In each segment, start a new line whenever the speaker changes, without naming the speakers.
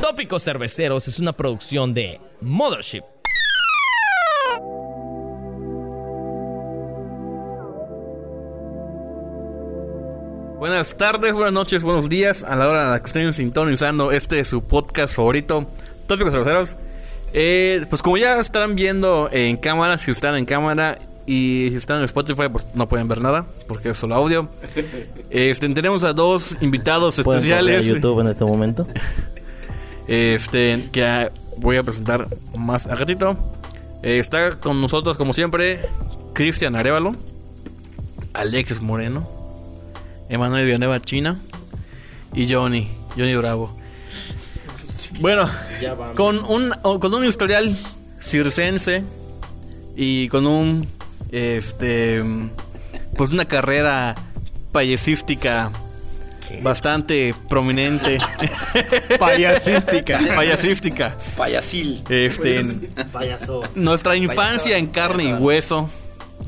Tópicos Cerveceros es una producción de Mothership.
Buenas tardes, buenas noches, buenos días. A la hora en la que estén sintonizando este es su podcast favorito, Tópicos Cerveceros. Eh, pues como ya estarán viendo en cámara, si están en cámara y si están en Spotify, pues no pueden ver nada porque es solo audio. Este, tenemos a dos invitados
Pueden correr a
especiales
YouTube en este momento.
este, que ah, voy a presentar más a ratito. Eh, está con nosotros, como siempre, Cristian Arevalo, Alexis Moreno, Emanuel Villanueva China y Johnny, Johnny Bravo. Bueno, con un, o- con un historial circense y con un, este, pues una carrera payasística bastante prominente.
Payasística.
payasística.
Payasil.
Este,
Pues,
Payasos.
nuestra infancia en carne y
Payaso.
hueso.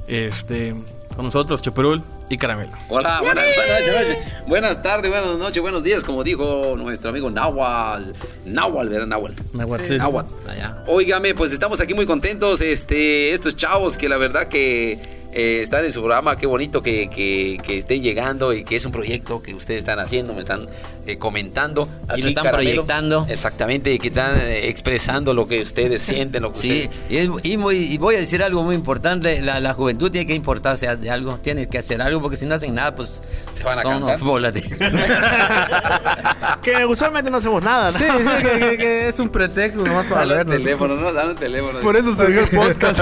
Este, con nosotros Choperul y Caramelo.
Hola, buenas, buenas noches. Buenas tardes, buenas noches, buenos días, como dijo nuestro amigo Nahual. Nahual, ¿verdad? Nahual.
Nahuatl.
Nahual. Allá. Óigame, pues estamos aquí muy contentos, este, estos chavos que la verdad que eh, están en su programa, qué bonito que, que, que estén llegando y que es un proyecto que ustedes están haciendo, me están eh, comentando.
lo están proyectando.
Exactamente, y que están eh, expresando lo que ustedes sienten, lo que
Sí,
ustedes...
y, es- y muy- y voy a decir algo muy importante, la, la juventud tiene que importarse a- de algo, tienes que hacer algo, porque si no hacen nada, pues
Se van a
son
cansar.
unos bolas de-
que usualmente no hacemos nada, ¿no?
Sí, sí, que, que- que Eh, es un pretexto nomás para
Dale un
vernos.
teléfono, ¿no? Dale un teléfono.
Por eso surgió el podcast.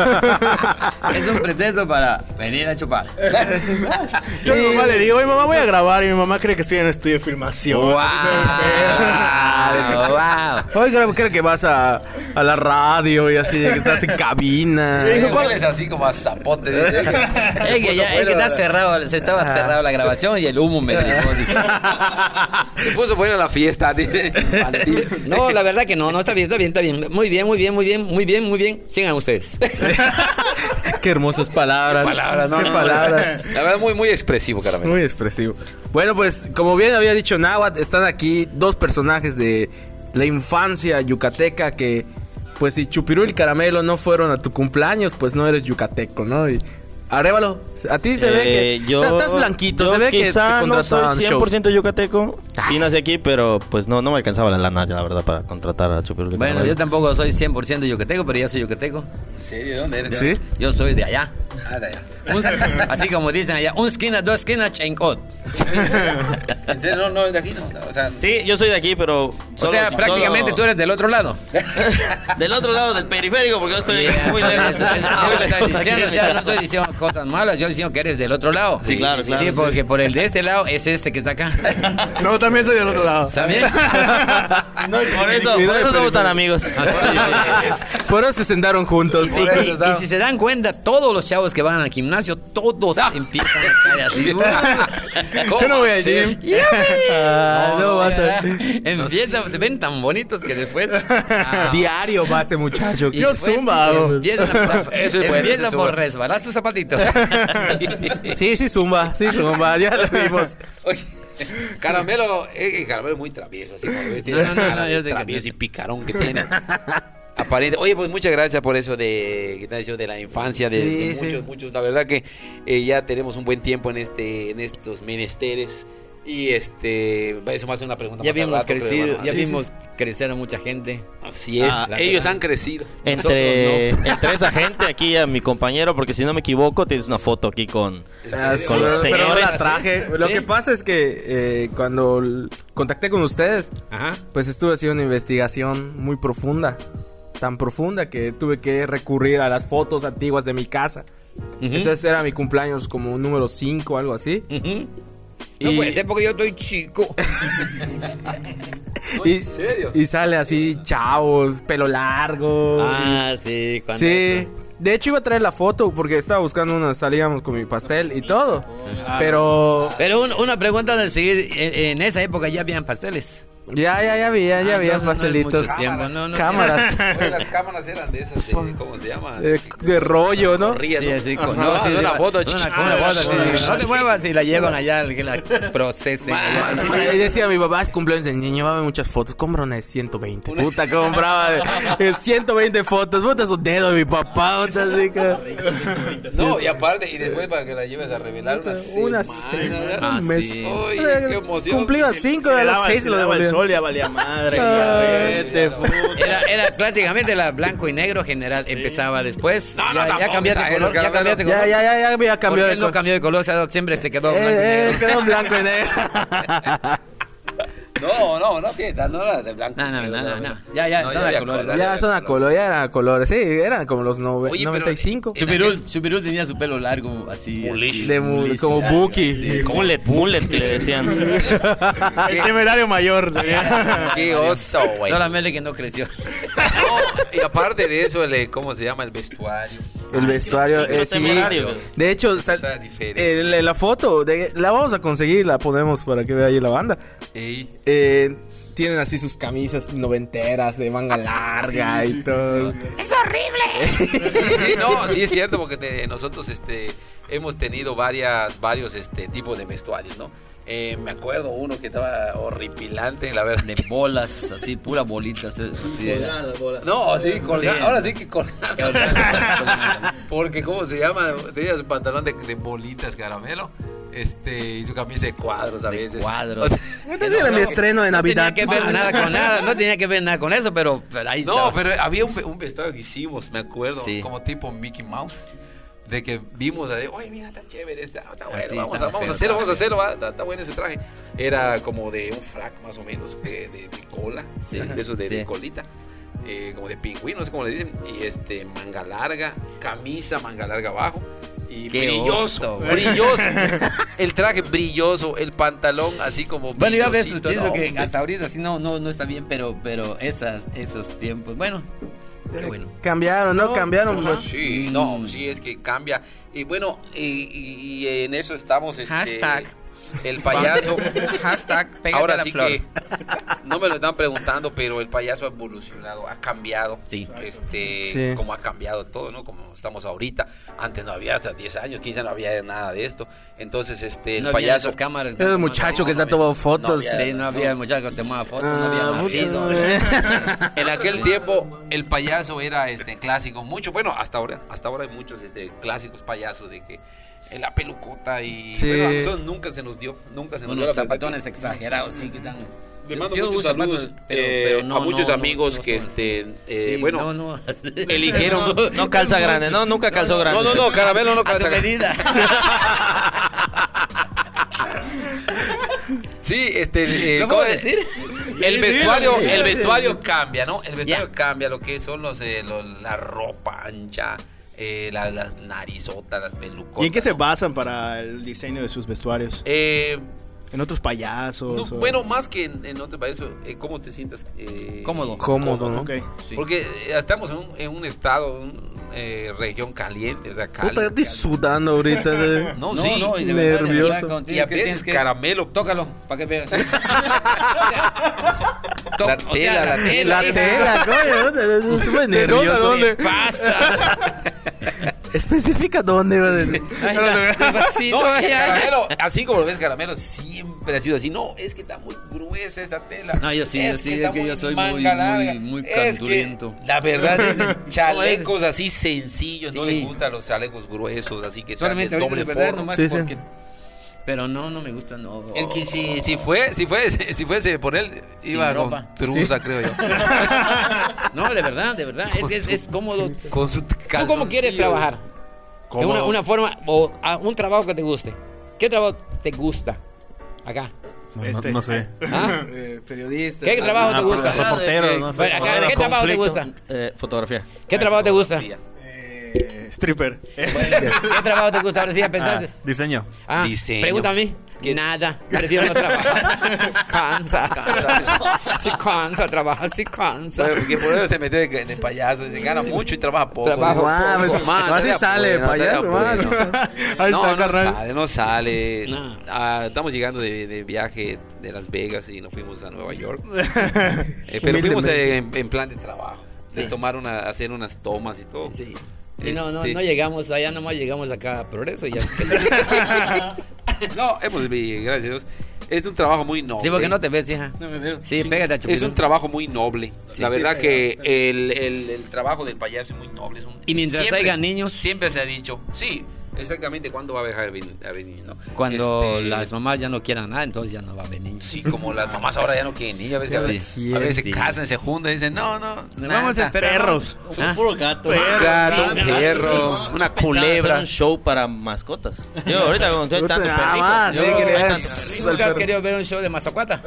es un pretexto para venir a chupar.
Yo a mi mamá le digo, oye mamá, voy a grabar. Y mi mamá cree que estoy en el estudio de filmación.
¡Wow! wow.
Hoy creo, creo que vas a, a la radio y así, de que estás en cabina.
Pero hueles así como a zapote. dice.
Es que ya, es que está cerrado, se estaba cerrado la grabación y el humo me dejó.
Se puso bueno la fiesta. dice.
No, la verdad que no, no, está bien, está bien, está bien. Muy bien, muy bien, muy bien, muy bien, muy bien. Sigan ustedes.
Qué hermosas palabras.
Palabras, no,
Qué
no.
palabras.
La verdad, muy, muy expresivo, caramelo.
Muy expresivo. Bueno, pues como bien había dicho Nahuatl, están aquí dos personajes de la infancia yucateca que, pues si Chupirú y Caramelo no fueron a tu cumpleaños, pues no eres yucateco, ¿no? Y, Arévalo, a ti se ve
Eh,
que
yo-
estás blanquito,
yo
se ve que te
quizá no soy
contrataban shows.
100% yucateco. Sí nací aquí, pero pues no, no me alcanzaba la lana, la verdad, para contratar a Chupirul.
Bueno, yo tampoco soy 100% yucateco, pero ya soy yucateco.
¿En serio? ¿Dónde eres?
¿Sí?
Yo soy de allá.
Ah, de allá.
Un- así como dicen allá, un esquina, dos esquinas, chencot.
¿En serio? No, no, es de aquí, no. no, O sea,
Sí, yo soy de aquí, pero...
O sea, prácticamente tú eres del otro lado.
Del otro lado del periférico, porque yo estoy muy lejos.
Eso- eso- eso
muy
lo estás
lejos aquí.
diciendo, o sea, no estoy diciendo cosas malas, yo diciendo que eres del otro lado.
Sí, claro, claro,
Sí,
sí.
porque por el de este lado es este que está acá.
No, también soy del otro lado.
¿Sabes?
Por eso, por eso somos tan amigos.
Por eso se sentaron juntos.
Sí, y, y si se dan cuenta, todos los chavos que van al gimnasio, todos empiezan a caer así.
Yo no voy al
Sí.
gym.
Ah, no, vas a...
eh. Empiezan, se ven tan bonitos que después. ah,
Diario va ese muchacho.
Y
Yo
después
zumba, hago.
Empieza por,
Eso es bueno,
empieza
eso es
por
bueno.
resbalar sus zapatitos.
Sí, sí, zumba, sí, zumba, ya lo vimos.
oye, Caramelo, eh, Caramelo es muy travieso, así como lo ves. Tiene
No, no,
una cara
no, yo
de
sé que-
travieso y picarón que tiene. Aparente. Oye, pues muchas gracias por eso de, que te has dicho de la infancia, de, de
Sí, sí.
muchos, muchos. La verdad que eh, ya tenemos un buen tiempo en este, en estos menesteres. Y este, eso más una pregunta.
ya
más al
vimos
rato, pero
crecido,
bueno,
ya
sí,
vimos crecer a mucha gente.
Así es.
Ah,
ellos han crecido.
Entre, entre esa gente aquí a mi compañero, porque si no me equivoco, tienes una foto aquí con, con los
pero no la
señores.
traje. Lo que pasa es que eh, cuando l- contacté con ustedes, pues estuve haciendo una investigación muy profunda. Tan profunda que tuve que recurrir a las fotos antiguas de mi casa. Entonces era mi cumpleaños como número 5 o algo así.
No
Y-
puede ser porque yo estoy chico.
y, y sale así, chavos, pelo largo.
Ah, sí, cuando
Sí. De hecho iba a traer la foto porque estaba buscando una, salíamos con mi pastel y todo. Pero
Pero un- una pregunta de seguir, en, en esa época ya habían pasteles.
Ya, ya, ya vi, ya, ya
Ah,
había
entonces no es
pastelitos.
mucho tiempo, no, no,
cámaras.
Oye, las cámaras eran de esas, de, ¿cómo se llama?
De, de rollo, ¿no?
Corrían,
Sí,
¿no?
así
Ajá.
con. No, sí,
de
sí,
una
va-
foto.
de Una, con una foto, sí,
Ah,
sí. No te muevas y la llevan allá, que la procesen. allá.
Sí, ahí decía mi papá, es cumpleaños del niño, llevaba muchas fotos, compra una de 120. Puta, compraba de, de 120 fotos, puta su dedo mi papá, puta así que-
No, y aparte, y después para que la lleves a revelar una semana.
Una semana,
Ah,
un mes.
sí.
Eh,
Oye, qué emoción.
Cumplido a 5 de las 6
le
lo Ah,
daba el
devolvieron.
sol, ya valía madre.
Era, era clásicamente la blanco y negro general. Empezaba después.
No, no,
ya, ya
tampoco
cambiaste de
exageres,
color. Ya
Carlos,
cambiaste de
Ya,
color.
ya, ya, ya había cambiado
Porque
de
él no
color.
cambió de color, o sea, siempre se quedó blanco y
Eh, eh,
negro.
quedó en blanco y negro.
No, no, no, que no era de blanco.
No, no,
pero
no,
era
no,
blanco.
no. Ya, ya, son de colores.
ya son a color, ya eran a colores, sí, eran como los nove-
Oye, pero-
95.
Chupirul, Chupirul tenía su pelo largo, así. así,
De mu-
liso.
Eh, como Buki.
Mullet, mullet que le decían.
El temerario mayor.
Qué oso, güey.
Solamente que no creció.
No, y aparte de eso, el, ¿cómo se llama? El vestuario.
El vestuario,
sí,
eh,
lo
sí.
temerario.
De hecho, sal-
Está diferente.
el- la foto, de- la vamos a conseguir, la ponemos para que vea ahí la banda.
Ey.
Eh, tienen así sus camisas noventeras de manga
Ah,
larga y todo.
Sí, sí, no, sí es cierto, porque te- nosotros este, hemos tenido varias, varios este, tipos de vestuarios, ¿no? Eh, me acuerdo uno que estaba horripilante, la verdad.
De bolas, así, pura bolita. Así, así era.
No, sí, colgar.
Sí.
Ahora sí que colgar.
Colgar.
Porque, ¿cómo se llama? Tenía su pantalón de, de bolitas caramelo. Este, y su camisa de cuadros a
De
veces.
cuadros.
Entonces Este era mi estreno de
No
Navidad. Ah,
tenía que ver nada con nada, no tenía que ver nada con eso, pero, pero ahí
No,
estaba.
pero había un, un vestuario que hicimos, me acuerdo,
Sí.
como tipo Mickey Mouse. De que vimos, de, oye, mira, está chévere, está, está bueno,
Así,
vamos,
está
a, vamos
feo,
a hacerlo,
está
vamos a hacerlo, va, está, está bueno ese traje. Era como de un frac más o menos, de, de- de cola,
Sí,
de eso de,
sí.
de colita, eh, como de pingüino, no sé cómo le dicen, y este, manga larga, camisa, manga larga abajo, y
Qué
brilloso,
oso, güey.
brilloso, el traje brilloso, el pantalón así como
Bueno, yo a veces
brillosito,
pienso
no,
que
hombre.
hasta ahorita sí no, no, no está bien, pero, pero esas, esos tiempos, bueno, qué
Eh,
bueno.
Cambiaron, ¿no? Cambiaron.
Ajá.
Pues.
Ah, Sí, no, sí, es que cambia. Y bueno, y, y- y en eso estamos. Este,
Hashtag.
El payaso.
Hashtag, pégate
Ahora
a la
sí
flor.
que. No me lo están preguntando, pero el payaso ha evolucionado, ha cambiado.
Sí.
Este,
Sí.
Como ha cambiado todo, ¿no? Como estamos ahorita. Antes no había hasta 10 años, 15 no había nada de esto. Entonces, este, el
No había
payaso.
esas cámaras.
Ese
no,
muchacho
no,
que
no
está
había-
tomando fotos.
no,
Sí, no había muchacho que tomaba fotos, no había
Ah,
nacido.
puta.
En aquel tiempo el payaso era este clásico, mucho, bueno, hasta ahora, hasta ahora hay muchos este, clásicos payasos de que eh, la pelucota y
Sí.
bueno, a nosotros nunca se nos dio, nunca se nos
Con
dio
los
la pelucota.
zapatones exagerados, sí, que están.
Le
Yo-
mando
yo
muchos
uso zapatos,
saludos
pero-
eh,
pero no,
a muchos
no, no,
amigos
no
que
son así.
este eh,
Sí,
bueno,
no, no.
Eligieron. No calza grande, no, nunca calzó grande.
no, no, no, caramelo no
A tu
calza.
medida.
Sí, este eh,
¿Lo
¿cómo
puedo
es?
decir?
El vestuario, el vestuario cambia, ¿no? El vestuario
Ya.
cambia lo que son los, eh, los- la ropa ancha, eh, la- las narizotas, las pelucotas.
¿Y en qué se
¿no?
basan para el diseño de sus vestuarios?
Eh,
¿En otros
No,
payasos? o-
bueno, más que en, en otro país, eh, ¿cómo te sientas? eh,
Cómodo.
Cómodo, ¿no?
Ok.
sí.
Porque eh, estamos en un, en un estado, un, eh, región caliente, o sea,
Puta, yo
cálida.
estoy sudando ahorita. eh.
No,
No,
sí.
no, y de verdad,
nervioso.
de verdad, cuando
y a
tienes que-
veces
tienes que-
caramelo.
Tócalo, para que veas.
La tela, la
La
¿eh?
tela, coño. puta, Es súper nervioso.
dónde?
Pasas.
Especifica dónde. va a-
Ay, la- el vasito,
No, y el
ay, ay.
caramelo, así como lo ves, caramelo siempre ha sido así. No, es que está muy gruesa esta tela.
No, yo sí, yo sí, es
está
que yo soy muy-
manga
muy-
larga.
muy
Es que
canduriento.
la verdad es chalecos así sencillos. No
Sí.
les gustan los chalecos gruesos, así que están de
Solamente ahorita
doble
de verdad,
forro.
nomás
Sí, sí.
porque. Pero no, no me gusta, no.
El que si, si fue, si fue, si fuese por él, iba
ropa.
con trusa, creo yo.
No, de verdad, de verdad. Es, es, es cómodo.
Con su calzoncillo.
¿Tú cómo quieres trabajar? De Una, una forma o a un trabajo que te guste. ¿Qué trabajo te gusta? Acá.
Este.
sé.
¿Ah?
Eh, Periodista.
Ah,
¿Qué trabajo te gusta?
Reportero, no sé.
Bueno, acá, ¿qué trabajo te gusta?
Eh, fotografía.
¿Qué trabajo te gusta?
Fotografía.
Eh, stripper.
¿Qué trabajo te gusta? Ahora sí, ya pensaste.
Diseño.
Ah,
diseño.
pregunta a mí. Nada, perdió no trabaja. Cansa. Sí cansa, trabaja, sí cansa.
Bueno, porque por eso se metió de, de payaso. Dice, gana mucho y trabaja poco.
Trabaja
Guau,
poco.
pues,
Más
no
si
te
sale,
apures, no te
payaso,
apures.
más si sale.
Ahí
no,
está,
no
carnal.
sale, no sale. Ah, estamos llegando de, de viaje de Las Vegas y nos fuimos a Nueva York. Eh, pero fuimos eh, en, en plan de trabajo. De
Sí.
tomar una, hacer unas tomas y todo.
Sí. Y no, no,
Este-
no llegamos allá, nomás llegamos acá a Progreso y ya se
No, hemos vi- gracias a Dios. Es un trabajo muy noble.
Sí, porque no te ves, hija. Sí, pégate a Chupirul.
Es un trabajo muy noble. la verdad que el, el- el trabajo del payaso es muy noble. es un-
Y mientras haya niños.
Siempre se ha dicho, sí, exactamente cuándo va a dejar venir, a haber niños, ¿no?
Cuando
Este,
las mamás ya no quieran nada, entonces ya no va a haber niños.
Sí, como las mamás ahora ya no quieren niños. A veces,
Sí.
a veces
Sí.
se casan, se juntan y dicen, no, no.
Vamos a esperar.
Perros.
Ah,
Puro gato.
Un gato, un perro, una
Culebra.
culebra.
un show para mascotas. Yo ahorita como estoy tanto
Nada más, Ah, sí,
perrito.
que
Yo,
le-
hay tanto
Sí,
¿Nunca has
el
querido ver un show de Mazacuata?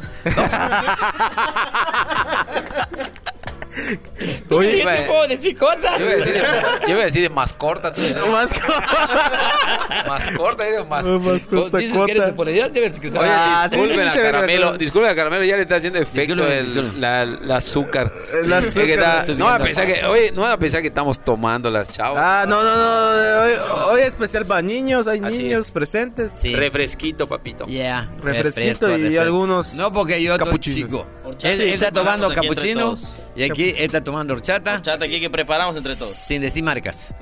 Oye, iba-
decir cosas.
yo iba a decir de- yo iba a decir de más corta. tú, ¿no?
Más
Más corta, yo digo, más.
Más
Vos dices que eres de
cosacota.
por allá, debes que
Oye,
saber.
Ah, sí, sí,
disculpen
sí, se
a
ve
Caramelo,
regular.
disculpen a Caramelo, ya le está haciendo efecto
Disculpen,
el,
disculpen.
La, la azúcar.
El azúcar.
Es que está- no van a
Subiendo.
pensar que, oye, no van a pensar que estamos tomando las chavas.
Ah, no, no, no. Hoy, hoy es especial para niños. Hay
Así
niños
es.
presentes.
Sí.
Refresquito, papito.
Yeah.
Refresquito
Refresco,
y
refresco.
algunos
No, porque yo estoy
capuchinos.
chico.
Horchata.
Él,
Sí,
él está tomando
preparamos aquí entre
capuchino
todos.
y aquí él está tomando horchata
Chata aquí que preparamos entre todos.
sin decir marcas.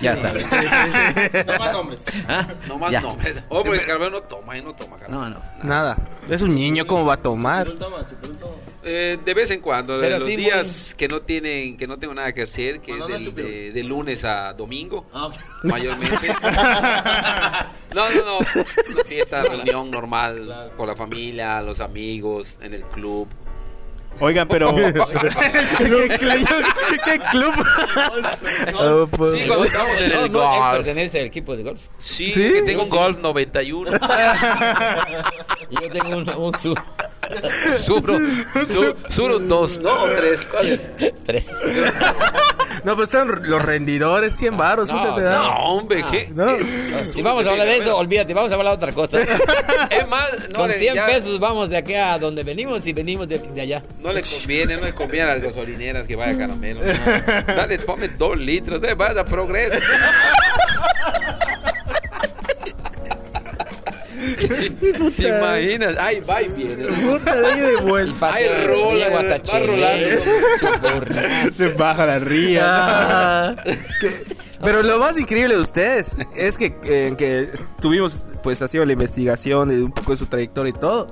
ya está.
¿Ah?
No más
Ya.
no. Oh, porque Caramelo no toma, él no toma, Caramelo.
No, no.
Nada. Es un niño, ¿cómo va a tomar?
Eh, de vez en cuando,
Pero
los
sí,
días que no tienen, que no tengo nada que hacer, que es del- de, de lunes a domingo, mayormente. no, no, no. Una Fiesta, reunión normal con la familia, los amigos, en el club.
Oigan, pero.
¿Qué club? ¿Qué club? Oh, pues.
Sí, cuando estábamos en el
No, no, él
golf.
pertenece al equipo de golf.
Sí,
¿Sí?
que tengo un golf 91.
Y Yo tengo un, un sur
Suro, su, suro 2, ¿no? 3, ¿cuál es?
tres.
No, pues son los rendidores 100 baros. ¿sí te dan?
No, hombre,
Ah.
¿qué?
No.
Es-
Si vamos a hablar de eso, olvídate, vamos a hablar de otra cosa.
Es más, no
Con
le-
100
ya-
pesos vamos de aquí a donde venimos y venimos de, de allá.
No le conviene, no le conviene a las gasolineras que vaya caramelo. no. Dale, ponme dos litros, de vas a progreso. ¿Te imaginas? Ay, va y viene.
Puta, de ahí de vuelta.
Ay, rola,
Diego hasta
va rolando.
Chile.
Se baja la ría.
Ah, que- Pero lo más increíble de ustedes es que, eh, que tuvimos, pues ha sido la investigación de un poco de su trayectoria y todo,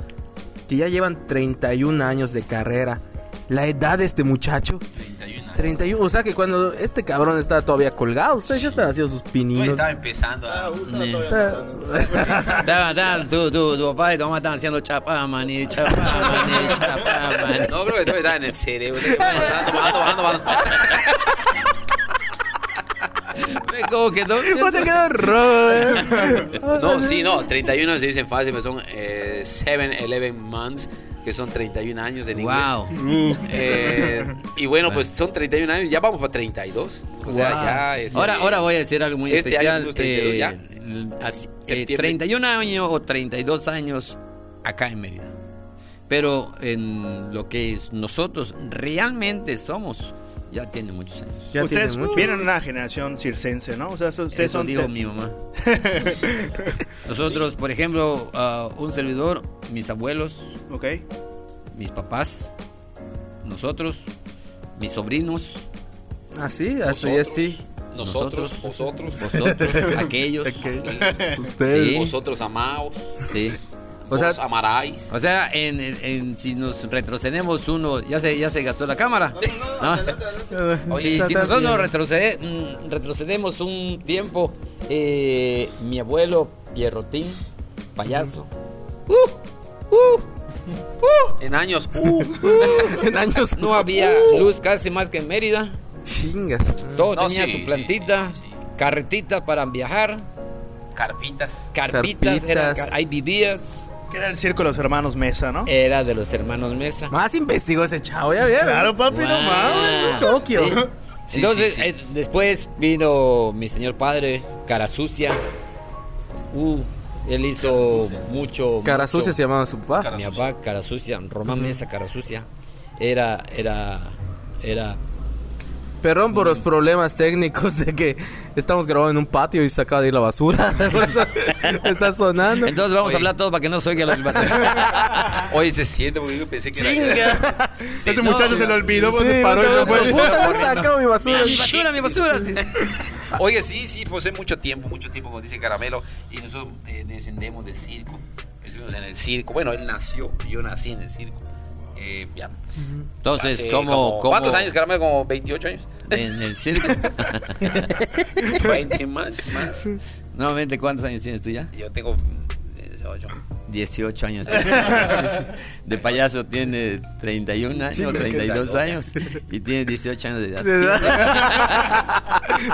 que ya llevan 31 años de carrera. La edad de este muchacho. 31. o sea que cuando este cabrón estaba todavía colgado, ustedes ya estaban haciendo sus
Yo
pininos.
estaba empezando a...
Da, da, tú, tú, tu papá y tu mamá estaban haciendo chapá, maní, chapá, maní, chapá, maní.
No, creo que todavía estaba en el cerebro. Bajando, bajando, bajando, bajando.
Es como que no.
¿Cómo te quedó robo, eh?
No, sí, no, 31 se dicen fácil, pero son eh, 7, 11 months, que son 31 años en inglés.
Wow.
Eh, y bueno, pues son 31 años, ya vamos para 32. O sea, ya. este,
Ahora, ahora voy a decir algo muy
Este año
especial.
cumplimos 32 ya.
eh, l- así- eh,
Septiembre.
31 años o 32 años acá en Mérida. Pero en lo que es- nosotros realmente somos, ya tiene muchos años.
Ya
ustedes
tiene mucho.
vienen de una generación circense, ¿no? O sea, so- ustedes
Eso
son.
digo mi mamá. Nosotros, por ejemplo, ah, un servidor, mis abuelos,
Ok.
mis papás, nosotros, mis sobrinos,
Ah, sí, así, así.
Nosotros, vosotros,
vosotros, aquellos.
Ustedes.
Sí.
vosotros amados,
Sí.
O sea-
vos amaráis.
O sea, en, en- en- si nos retrocedemos uno, ya se, ya se gastó la cámara. No. Sí,
Está-
si
está
nosotros
bien.
nos retrocede- mm, retrocedemos un tiempo, eh, mi abuelo Pierrotín, payaso,
Uh,
En años, uh,
En años.
no había luz casi más que en Mérida,
Chingas.
todo
No,
tenía
sí,
su plantita,
sí, sí, sí.
carretita para viajar,
carpitas.
carpitas,
Carpitas.
era- ca- ahí vivías,
Que era el circo de los hermanos Mesa, ¿no?
era de los hermanos Mesa.
Más investigó ese chavo, ya vieron.
Pues Claro, papi, no
Wow.
mames.
Tokio.
Sí.
Sí,
Entonces,
sí, sí.
eh, después vino mi señor padre, cara sucia. Uh, Él hizo mucho.
Cara
mucho-
sucia se llamaba su papá.
Mi papá, cara sucia. Román Mesa, cara sucia. Era, era, era.
Perdón
Mm.
por los problemas técnicos de que estamos grabando en un patio y se acaba de ir la basura. Por eso está sonando.
Entonces vamos a hablar todo para que no se oiga la
Oye, se siente porque yo pensé que era-
Este muchacho se le olvidó, pues,
Sí,
se paró y no
puta,
fue.
puta, se sacó mi basura.
Mi basura, mi basura.
Oye, sí, sí, pues es mucho tiempo, mucho tiempo, como dice Caramelo. Y nosotros eh, descendemos del circo. Estuvimos en el circo. Bueno, él nació, yo nací en el circo. Eh, ya.
Entonces,
Hace
¿cómo,
como-
cómo-
¿Cuántos años, Caramelo? ¿Como 28 años?
En el circo.
20 más, más.
Nuevamente, ¿cuántos años tienes tú ya?
Yo tengo eh, 18.
18 años. De payaso tiene 31 años, 32 años. Y tiene 18 años de edad.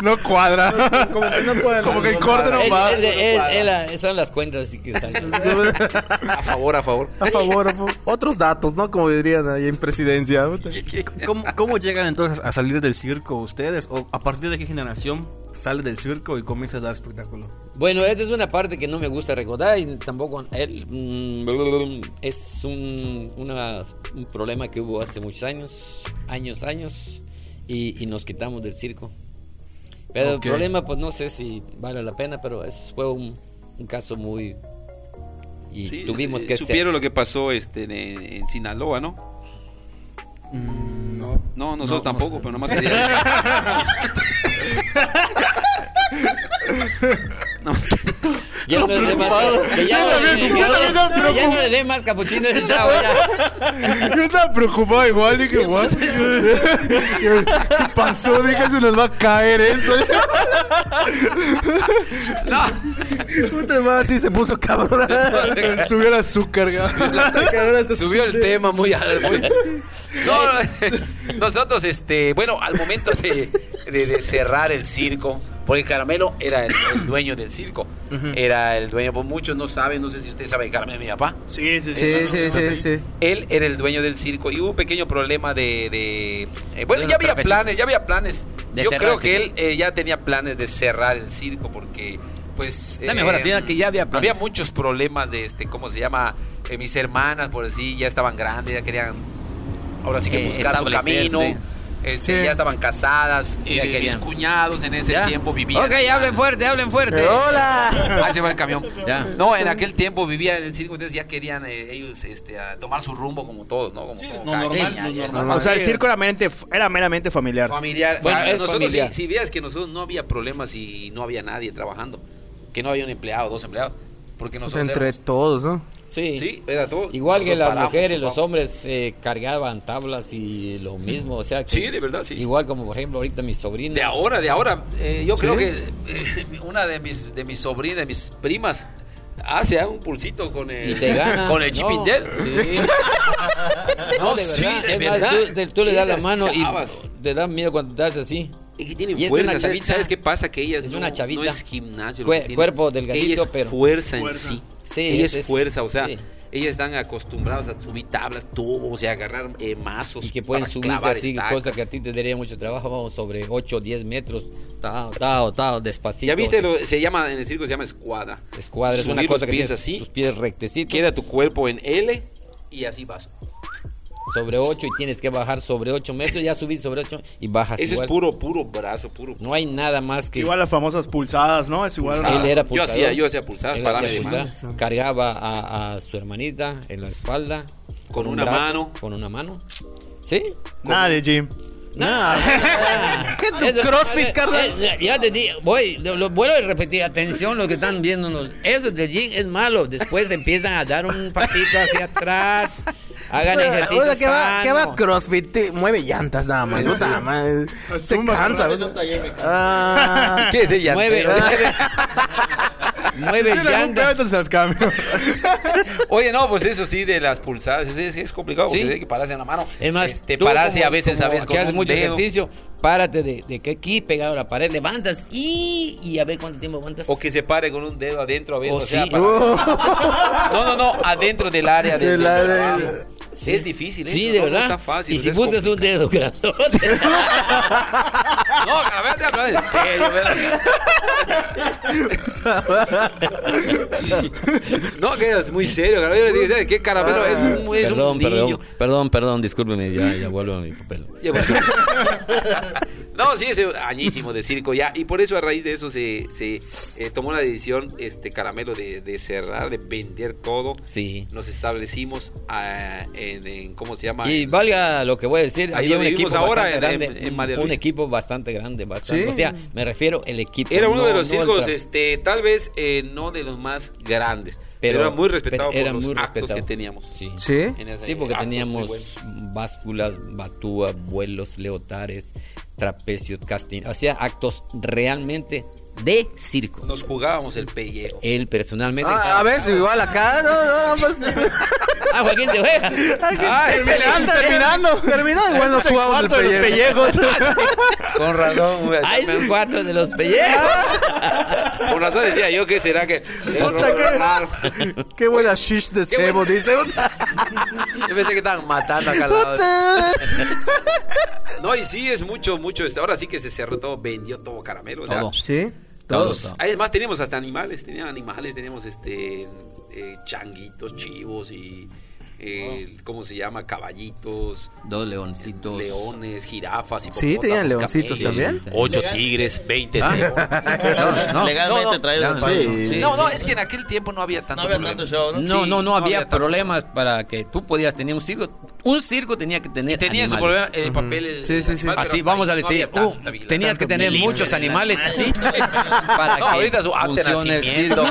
No cuadra.
Como que no pueden.
Como que el corte no
Es-
va.
es- es- es la- son las cuentas así que salen.
A favor, a favor.
A favor, a favor. otros datos, ¿no? Como dirían ahí en presidencia.
¿Cómo, cómo llegan entonces a salir del circo ustedes? ¿O a partir de qué generación sale del circo y comienza a dar espectáculo?
Bueno, esta es una parte que no me gusta recordar y tampoco él mm, es un, una- un problema que hubo hace muchos años, años, años y, y nos quitamos del circo. Pero
Ok.
el problema, pues no sé si vale la pena, pero es, fue un, un caso muy y
Sí,
tuvimos
eh,
que
Supieron lo que pasó este, en, en Sinaloa, ¿no?
Mm, No.
No, nosotros
No, no
tampoco,
sé.
pero nomás quería. no,
Ya no le dé más que ya no le-
también- yo también estaba
ya no le dé más capuchino a ese chavo, ya.
Yo estaba preocupado igual, dije, what? ¿Qué pasó? Dije, se nos va a caer eso.
Puta madre, sí se puso cabrón.
Subió el azúcar,
este
Subió el tema muy, al- muy- No, no, nosotros, este, bueno, al momento de, de- de cerrar el circo, porque Caramelo era el, el dueño del circo, era el dueño, pues muchos no saben, no sé si ustedes saben, que Caramelo es mi papá.
Sí, sí,
Sí, sí, sí, sí.
Él era el dueño del circo y hubo un pequeño problema de... de- eh, bueno, ya
De unos
había
trapecitos.
planes, ya había planes.
pues De
Yo
cerrar
creo
el
que él
circo.
eh, ya tenía planes de cerrar el circo porque, pues...
Está mejor así, ¿no? que ya había
Había muchos problemas de este, ¿cómo se llama? Eh, mis hermanas, por decir, ya estaban grandes, ya querían ahora sí que
Eh,
buscar su
establecerse.
camino. Este,
Sí.
Ya estaban casadas, eh,
Ya
mis
querían.
cuñados en ese
Ya.
tiempo vivían.
Ok, hablen fuerte, hablen fuerte.
Eh, ¡Hola!
Ah, se va el camión.
Ya.
No, en aquel tiempo vivía en el circo, entonces ya querían eh, ellos este, a tomar su rumbo como todos, ¿no? Como, como
no,
cada
normal,
quien, ya,
no,
ya es
normal.
O sea, el circo era meramente- era meramente familiar.
Familiar.
Bueno,
Ah,
es
nosotros,
familiar.
Si, si veas que nosotros no había problemas y no había nadie trabajando, que no había un empleado, dos empleados, porque nosotros
Entre
éramos-
todos, ¿no?
Sí.
Sí, era todo.
Igual que
Nosotros
las
paramos,
mujeres, los
ocupamos.
hombres eh, cargaban tablas y lo mismo, o sea que...
Mm. Sí, de verdad, sí.
Igual como por ejemplo ahorita mis sobrinas.
De ahora, de ahora. Eh, yo creo que eh, una de mis, de mis sobrinas, de mis primas, hace un pulsito con el,
Y te ganan.
con el chip
no,
in Dell.
Sí.
No,
No, de
sí,
verdad.
de
Es más,
verdad.
tú, te- tú le das la
Esas
mano
chavas.
y te da miedo cuando te das así.
Es que tienen
Y es
fuerza.
una
¿sabes-
chavita.
¿Sabes qué pasa? Que ella
Es
no,
una chavita.
no es gimnasio. lo
Cue-
que tiene.
cuerpo delgadito,
Ella es
pero-
fuerza en sí.
Sí,
ella es,
es-
fuerza, o sea,
sí.
ellas están acostumbradas a subir tablas, tubos y a agarrar eh, mazos.
Y que pueden
para
subirse
clavar
así,
estacas.
cosa que a ti te daría mucho trabajo. Vamos sobre 8 o 10 metros. Tao, tao, tao, despacito.
Ya viste, lo- se llama, en el circo se llama escuadra.
Escuadra, es una
Subir
cosa
los
que
pies
tienes
así.
tus pies rectecitos.
Queda tu cuerpo en L y así vas.
sobre 8 y tienes que bajar sobre 8 metros, ya subís sobre 8 y bajas
Ese
igual.
es puro, puro brazo, puro.
No hay nada más que
Igual las famosas pulsadas, ¿no? Es igual.
Pulsadas.
él era
Yo
pulsador.
hacía- yo hacía pulsar,
Él
pararme
hacía
de
pulsar, cargaba a, a su hermanita en la espalda
Con
un
una mano.
con una mano. ¿Sí?
Nada de gym.
¿Qué tu
Eso-
crossfit,
eh,
carnal?
eh, ya te di, voy, lo, lo vuelvo a repetir, atención los que están viéndonos. Eso del gym es malo, después empiezan a dar un patito hacia atrás. Hagan ejercicio
O sea, ¿qué va,
sano.
qué va CrossFit? Te mueve llantas nada más. No, nada más. Se
Zumba,
cansa. Ah,
¿Qué es ella?
Mueve, mueve, mueve
Tiene algún
llanta.
pedo, entonces se las cambio.
Oye, no, pues eso sí, de las pulsadas, es, es- es complicado porque
Sí.
hay que pararse en la mano.
Es más,
este,
tú
pararse
como-
a veces,
como
a veces
que haces
un
mucho
dedo.
ejercicio, párate de, de que aquí pegado a la pared, levantas y, y a ver cuánto tiempo aguantas.
O que se pare con un dedo adentro, a ver,
O
o sea,
sí. Uh.
para- No, no, no, adentro del área. del-
Del
del
área.
trabajo. Sí, es difícil, ¿eh?
Sí,
No,
de
no
verdad.
está fácil, o
y si
sea, es
buscas un dedo grandote.
No, a ver, te hablo en serio, ¿verdad? Sí. No, que es muy serio, caramelo. Yo le dije, ¿sabes qué caramelo? Es un, es
perdón,
un
perdón,
niño.
perdón, perdón, discúlpeme, ya, ya vuelvo a mi papel.
Ya, bueno. No, sí, es añísimo de circo ya. Y por eso a raíz de eso se, se eh, tomó la decisión, este caramelo, de, de cerrar, de vender todo.
Sí.
Nos establecimos ah, en, en- ¿cómo se llama?
Y
En-
valga lo que voy a decir,
Ahí
había un
donde
equipo
vivimos ahora,
bastante
en-
grande,
en- en María
un
Luisa.
equipo bastante grande, bastante.
Sí.
O sea, me refiero el equipo.
Era uno
no-
de los
no el
circos,
tra-
este, tal vez eh, no de los más grandes, pero,
Pero-
era muy respetado
pero era
por los
muy
actos
respetado.
que teníamos.
Sí.
¿Sí?
En ese-
Sí, porque
actos de vuelo.
teníamos básculas, batúa, vuelos, leotares, trapecios, casting. O sea, actos realmente de circo.
Nos jugábamos el pellejo.
Él personalmente.
Ah, a ver, si igual acá. No, no, pues.
Ah, Joaquín se juega.
Ah, es
Terminan- terminando.
Terminó igual nos jugamos el
Cuarto de los
pellejo.
pellejos.
Con razón, güey.
Ah, es un cuarto de los pellejos.
Con razón decía Ah, yo que será que.
Puta, qué-
Claro.
Qué buena shish de cebo, dice.
Yo pensé que estaban matando acá al lado. No, y sí, es mucho, mucho. este, Ahora sí que se cerró todo, vendió todo caramelo. O sea,
Todo.
¿Sí?
todos. Además, teníamos hasta animales. Teníamos animales, teníamos este. eh, changuitos, chivos y. eh, ¿Cómo se llama? Caballitos,
Dos leoncitos.
leones, jirafas.
Sí, tenían
hipopótamos,
leoncitos
camellos, Oh,
también.
Ocho tigres, veinte leones.
No, no.
Legalmente
No, no.
traes los
Ah. Sí.
palos.
Sí.
No, no, es que en aquel tiempo no había tanto.
No había
problema.
tanto show, ¿no?
No,
Sí,
no, no había
tanto.
problemas para que tú podías tener un circo. Un circo tenía que tener
Tenía su
animales.
problema el papel. el-
Sí, sí, sí.
el animal, pero
Así
hasta
vamos a
ahí no
decir,
había
uh,
tanta vigilancia.
tenías que tener muchos animales así para
No,
que
ahorita su acta de
funcione el
nacimiento.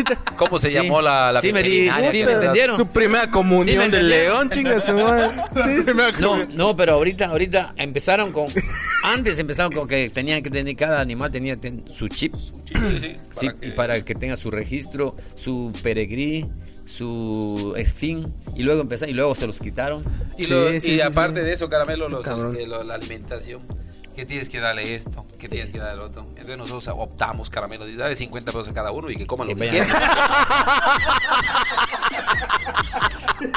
circo.
¿Cómo se
Sí.
llamó la, la
Sí, me di-
Ah,
veterinaria?
sí, me entendieron.
Su primera comunión
Sí, me
del
entendieron.
león, chinga su madre. Sí, sí.
No, no, pero ahorita, ahorita empezaron con, antes empezaron con que tenían que tener cada animal tenía ten- su chip, sí, y para que tenga su registro, su peregrí, su fin, y luego empezaron y luego se los quitaron.
Y,
Sí,
lo-
sí,
y
sí,
aparte
sí.
de eso, Caramelo, los,
Cabrón.
este, lo- la alimentación. ¿Qué tienes que darle esto? ¿Qué tienes que darle otro? Entonces nosotros optamos, Caramelo, dice, dale 50 pesos a cada uno y que coman lo
Que
que
vayan.
quieran.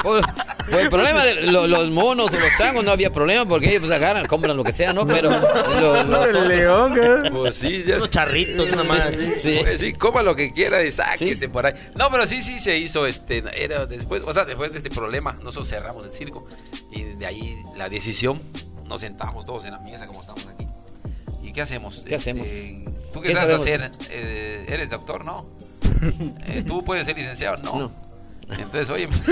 Pues, pues el problema de lo- los monos o los changos no había problema porque ellos pues agarran, compran lo que sea, ¿no? Pero lo- los
El
otros-
león, güey.
Pues sí, ya
Unos charritos, nada más. así.
sí.
Pues sí, coma lo que quiera y sáquese
Sí.
por ahí. No, pero sí, sí se hizo este. Era después, o sea, después de este problema, nosotros cerramos el circo y de ahí la decisión. Nos sentamos todos en la mesa como estamos aquí. ¿Y qué hacemos? Este,
¿Qué hacemos?
¿Tú qué,
¿Qué
sabes hacer?
sabemos?
Eh, ¿Eres doctor? No. Eh, ¿Tú puedes ser licenciado? No.
No.
Entonces, oye, pues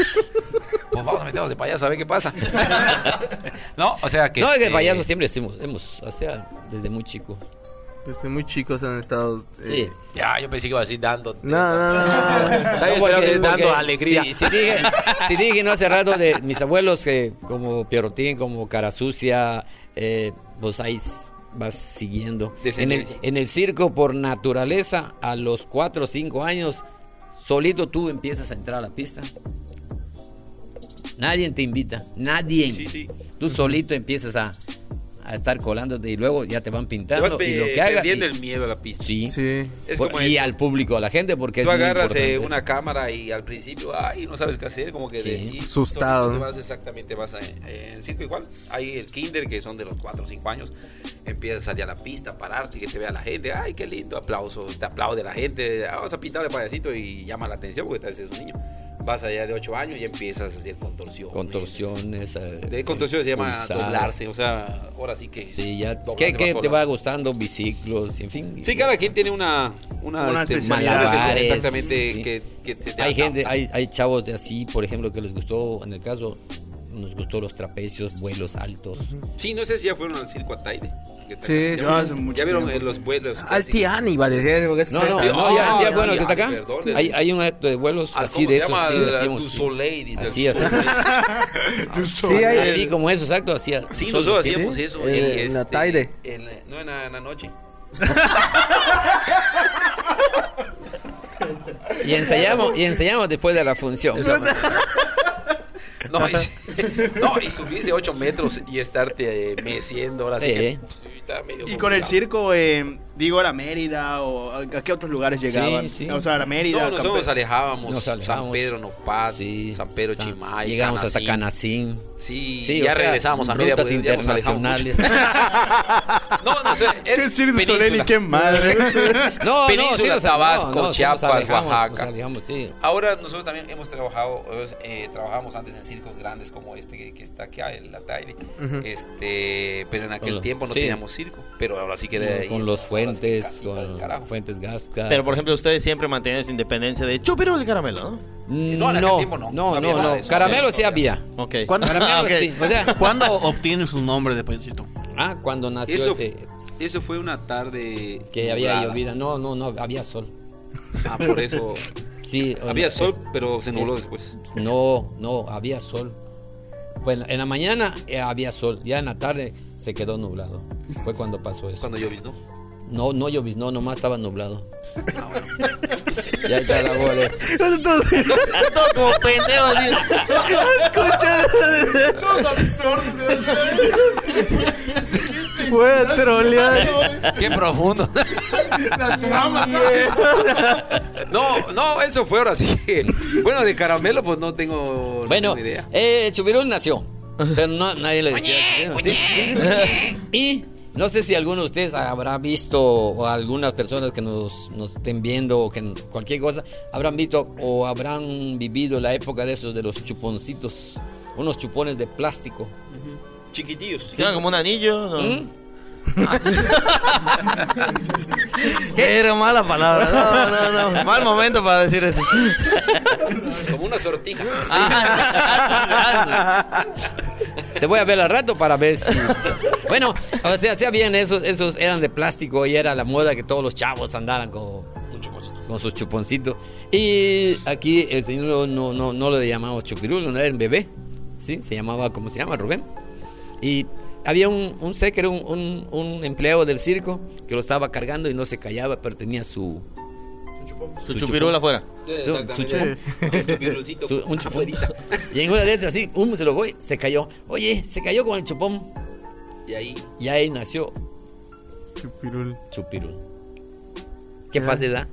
vamos a meternos de payaso a ver qué pasa. no, o sea que.
No, es que
este,
payasos siempre hemos, hemos, o sea, desde muy chico.
Desde muy chicos han estado. eh,
Sí.
Ya, yo pensé que iba a decir dando.
No, no, no, no, no.
Está bien,
No,
está
porque-
bien, dando
porque
alegría.
Si, si dije, si dije, no hace rato de mis abuelos que como Pierrotín, como Cara Sucia, eh, vos ahí s- vas siguiendo. En el,
Descendencia.
en el circo, por naturaleza, a los 4 o 5 años, solito tú empiezas a entrar a la pista. Nadie te invita, nadie.
Sí, sí.
Tú solito empiezas a, a estar colándote y luego ya te van
Te
pintando.
vas
y lo
pe-
que haga,
perdiendo
y-
el miedo a la pista.
sí.
Sí.
Es
Por-
como
y
eso.
al público, a la gente, porque es
Tú
muy
agarras eh,
importante
una
eso.
cámara y al principio, ay, no sabes qué hacer, como que... de-
Sí.
y-
Asustado.
tú vas exactamente, vas a- eh, en el circo igual. Hay el kinder, que son de los 4 o 5 años. Empiezas a salir a la pista, a pararte y que te vea la gente. Ay, qué lindo, aplauso, te aplaude la gente. Ah, vas a pintar de payasito y llama la atención porque estás un niño. Vas allá de 8 años y empiezas a hacer contorsión.
contorsiones. eh,
De contorsión se llama
pulsar.
doblarse, o sea, ahora sí que...
Sí, ya.
doblarse
¿Qué,
más
qué
por
te
la-
va gustando? Biciclos, en fin.
Sí, cada quien tiene una... Una,
Una
este,
especialidad.
manera que se-
Malabares,
Exactamente,
sí.
que, que te- te
Hay
adapta.
gente, hay, hay chavos de así, por ejemplo, que les gustó, en el caso, nos gustó los trapecios, vuelos altos.
Sí, no sé si ya fueron al circo Ataide.
Sí,
ya,
sí.
vieron-
Hace mucho
ya vieron
tiempo.
eh, los vuelos.
Al
clásicos.
Tiani iba a decir. porque es
No, no,
este-
no, ya,
Oh,
ya,
ya,
bueno,
Ah, ya,
¿está acá?
perdón, del-
Hay, hay un acto de vuelos
Al-
así
¿cómo
de
se
esos.
llama?
sí,
La-
hacíamos,
tu
sí.
soleil, dice.
Así, así.
Sí, hay-
Así como esos actos, así.
Sí,
solo
nosotros
así.
hacíamos eso.
Eh,
y
en
este,
Ataide.
en la- no, en la, en la noche.
Y ensayamos, y ensayamos después de la función.
No, y, no, y subirse 8 metros y estarte eh, meciendo. Ahora sí.
Sí.
que, está medio
Y con el
complicado.
circo, eh,
Digo, era Mérida o a a qué otros lugares llegaban.
sí.
O sea, era Mérida.
No, nosotros
Campe-
nos alejábamos.
Nos
San
alejábamos.
Pedro, Nopat,
Sí,
San Pedro,
San-
Chimay.
Llegamos hasta
Canacín.
Canacín.
Sí,
Sí,
ya
o sea,
regresábamos a Mérida.
rutas
pues, ya nos alejamos
internacionales.
mucho. no, no sé.
¿Qué
Es
Cirque du Soleil y
península.
qué madre.
No,
Península,
sí nos-
Tabasco,
sí
Chiapas,
nos alejamos,
Oaxaca.
nos alejamos, sí.
Ahora nosotros también hemos trabajado, eh, trabajamos antes en circos grandes como este que, que está aquí, ah, el Ataire. este, pero en aquel
Hola.
tiempo no
Sí.
teníamos circo, pero ahora sí que
Con-
era
con
ir
los
a todas las
fuentes,
casitas del
con
carajo.
fuentes gasca.
Pero por ejemplo, ustedes siempre mantenían su independencia de chupero el caramelo, ¿no?
Mm,
No,
no,
en aquel
no,
tiempo no.
no, no,
No había nada de eso.
Caramelo sí
No
había.
Ok.
¿Cuándo,
Caramelo
Ah, ok.
sí. O sea,
¿Cuándo obtienen su nombre de payasito?
ah, cuando nació
Eso,
este,
eso fue una tarde
que había
nublada.
llovido. No, no, no, había sol.
Ah, por eso.
Sí,
había
es-
sol, pero se
Eh.
nubló después.
No, no, había sol. Pues en la mañana eh, había sol, ya en la tarde se quedó nublado. Fue cuando pasó eso.
Cuando llovió, ¿no?
No, no lloviznó, nomás estaba nublado. ya está la bola.
Todo como pendejo, así.
Güey, trolear.
¡Qué profundo! no, no, eso fue ahora sí que. Bueno, de caramelo, pues no tengo
Bueno,
ninguna idea.
eh, Chubirul nació, pero no, nadie le decía. Chubirul, sí, sí. Y no sé si alguno de ustedes habrá visto, o algunas personas que nos, nos estén viendo, o que n- cualquier cosa, habrán visto o habrán vivido la época de esos, de los chuponcitos, unos chupones de plástico.
Chiquitillos. Era como un anillo. ¿no? ¿Qué? Era mala palabra. No, no, no. Mal momento para decir eso.
Como una sortija.
Ah, Te voy a ver al rato para ver si. Bueno, o sea, se bien, esos, esos eran de plástico y era la moda que todos los chavos andaran con, con sus chuponcitos. Y aquí el señor no, no, no lo llamamos chupirulo, no era el bebé, ¿sí? Se llamaba, ¿cómo se llama? Rubén. Y había un, un séquer, un, un, un empleado del circo que lo estaba cargando y no se callaba, pero tenía su.
Su chupirul afuera.
Su, su chupón.
El chupirucito.
Su- un chupón.
afuerita.
Y en una de esas, así, um, se lo voy, se cayó. Oye, se cayó con el chupón.
Y ahí.
Y ahí nació
Chupirul.
Chupirul. Qué fácil, ¿verdad?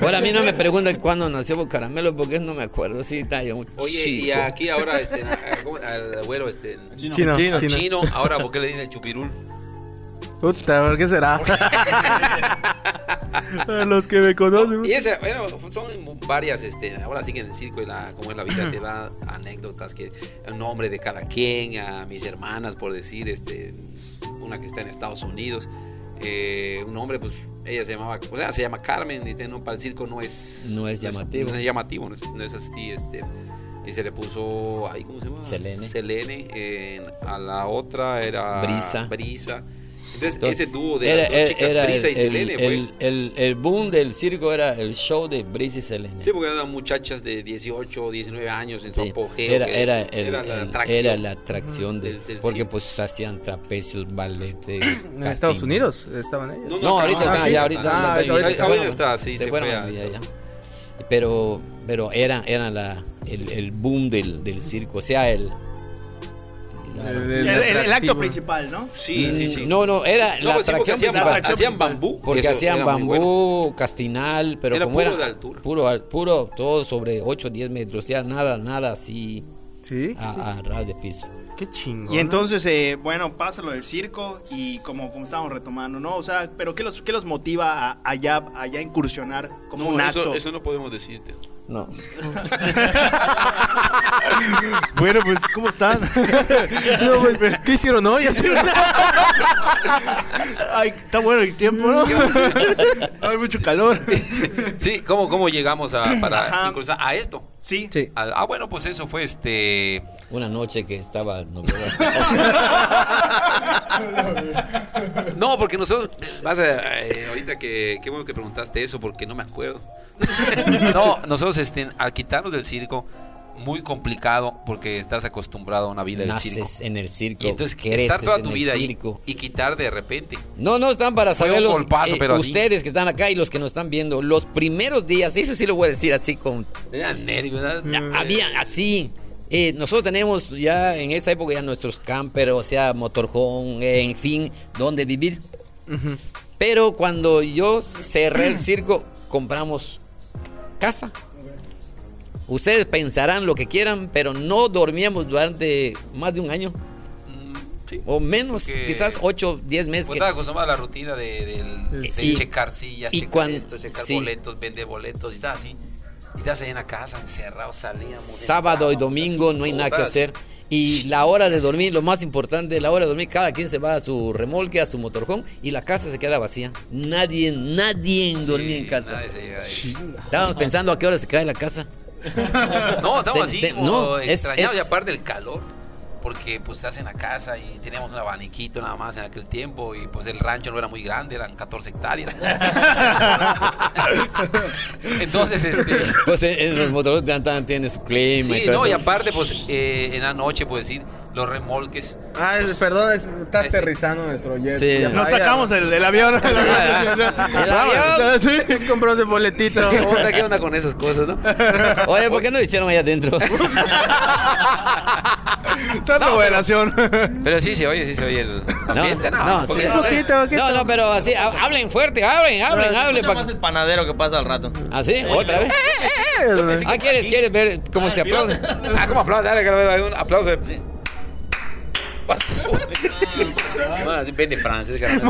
Ahora a mí no me preguntan cuándo nació Caramelo porque no me acuerdo. Sí, está yo muy
Oye, y
chico.
aquí ahora, este, a- ¿cómo? al abuelo, este.
Chino, chino.
al Chino, ahora, ¿por qué le dicen chupirul?
Puta, ¿por qué será? A los que me conocen.
Y ese, bueno, son varias, este, ahora sí que en el circo y la, como es la vida, te da anécdotas que el nombre de cada quien, a mis hermanas, por decir, este, una que está en Estados Unidos, eh, un hombre, pues, ella se llamaba, o sea, se llama Carmen, y te- no, para el circo no es...
No es llamativo.
No es llamativo, no es, no es así, este... Y se le puso, ay, ¿cómo se llama?
Selene.
Selene, eh, a la otra era...
Brisa.
Brisa. Entonces,
Entonces,
ese dúo de
era-
las dos
era-
chicas,
era
Brisa y
el-
Selene,
el,
fue-
el- el- el boom del circo era el show de Brisa y Selene.
Sí, porque eran muchachas de 18, 19 años en su
Sí,
apogeo.
era,
que
era, el-
era la
el-
atracción.
era la atracción de-
Del- del
porque
circo.
pues hacían trapecios, ballet.
En Estados Unidos estaban ellos.
No,
No, ahorita
acá-
está,
aquí.
ya ahorita.
Ah,
ya,
es ahorita.
se
Ah,
fueron,
ahorita está, sí, se
fueron
fue a-
ya, ya. Pero, pero era, era la, el, el boom del, del circo, o sea, el... la-
El, el- el acto
atractivo.
principal, ¿no?
Sí, sí, sí.
No, no, era
No,
la
pues sí, porque
atracción
hacían,
principal.
ba- hacían bambú.
Porque
Eso
hacían
era muy
bambú,
bueno.
castinal, pero
Era
como
puro
era
de altura.
Puro, al- puro, todo sobre 8 o 10 metros, o sea, nada, nada así
Sí,
a, a ras de piso.
qué chingón.
Y entonces, eh, bueno, pasa lo del circo y como, como estábamos retomando, ¿no? O sea, ¿pero qué los, qué los motiva a, allá, allá incursionar como un
No, eso,
acto?
eso no podemos decirte.
No.
Bueno, pues, ¿cómo están?
No, pues, ¿Qué hicieron hoy? Así,
Ay, está bueno el tiempo, ¿no? Hay mucho calor.
Sí, ¿cómo, cómo llegamos a, para
Ajá.
incluso a esto?
Sí.
Sí.
Al- ah, bueno, pues eso fue este.
Una noche que estaba... no,
No, porque nosotros. Vas a, eh, ahorita que. Qué bueno que preguntaste eso, porque no me acuerdo. no, nosotros, este, al quitarnos del circo, muy complicado, porque estás acostumbrado a una vida del circo.
naces en el circo.
Y entonces,
creces
estar toda
en
tu
el
vida ahí
circo.
y quitar de repente.
No, no están para
Fue
saber
un
los, eh,
golpazo, pero así.
ustedes que están acá y los que nos están viendo. Los primeros días, eso sí lo voy a decir así con
Era nervio, ¿verdad?
Ya, Mm, Había así. eh, nosotros tenemos ya en esta época ya nuestros camper, o sea, motorhome, eh, en fin, donde vivir. Pero cuando yo cerré el circo, compramos casa. Ustedes pensarán lo que quieran, pero no dormíamos durante más de un año. O menos,
Porque-
quizás 8, 10 meses.
Como
que-
Pues estaba acostumbrado a la rutina de, del- de
Sí.
checar sillas,
Y
checar
cuan-
esto, checar
sí.
boletos, vender boletos y tal, así. Y estás ahí en la casa, encerrado, salíamos.
sábado y
entrábamos,
domingo
así,
no hay nada que
cosas.
hacer. Y la hora de dormir, lo más importante, la hora de dormir, cada quien se va a su remolque, a su motorhome y la casa se queda vacía. Nadie, nadie dormía en casa.
Nadie se llega ahí.
Estábamos pensando a qué hora se cae la casa.
No, estamos
Te-
así,
te-
como
no, es-
extrañados,
es-
y aparte del calor, porque pues estás en la casa y teníamos un abaniquito nada más en aquel tiempo, y pues el rancho no era muy grande, eran 14 hectáreas. Entonces, este...
Pues en, en los motorhomes tan- tan tienen su clima y
Sí,
todo
no, y
eso.
aparte, pues eh, en la noche, pues decir, los remolques.
Ah, es-
los-
perdón, es- está
Ese.
aterrizando nuestro jet.
Sí.
Ya,
Nos
ya.
sacamos el, el avión.
Sí, compramos el boletito.
¿Qué onda, qué onda con esas cosas, no?
Oye, ¿por qué no lo hicieron allá adentro?
Está la operación.
Pero sí se oye, sí se oye el ambiente, ¿no?
no,
Porque-
sí. No, no, pero así, ha- hablen fuerte, hablen, hablen, hablen.
Escucha
pa-
más el panadero que pasa al rato.
Eh,
¿Así? ¿Otra vez? Ah, ¿quieres, quieres ver cómo se aplaude?
Ah, ¿cómo aplaude? Dale, dale, dale, un aplauso. Pasó. Bueno, así vende francés, carnal.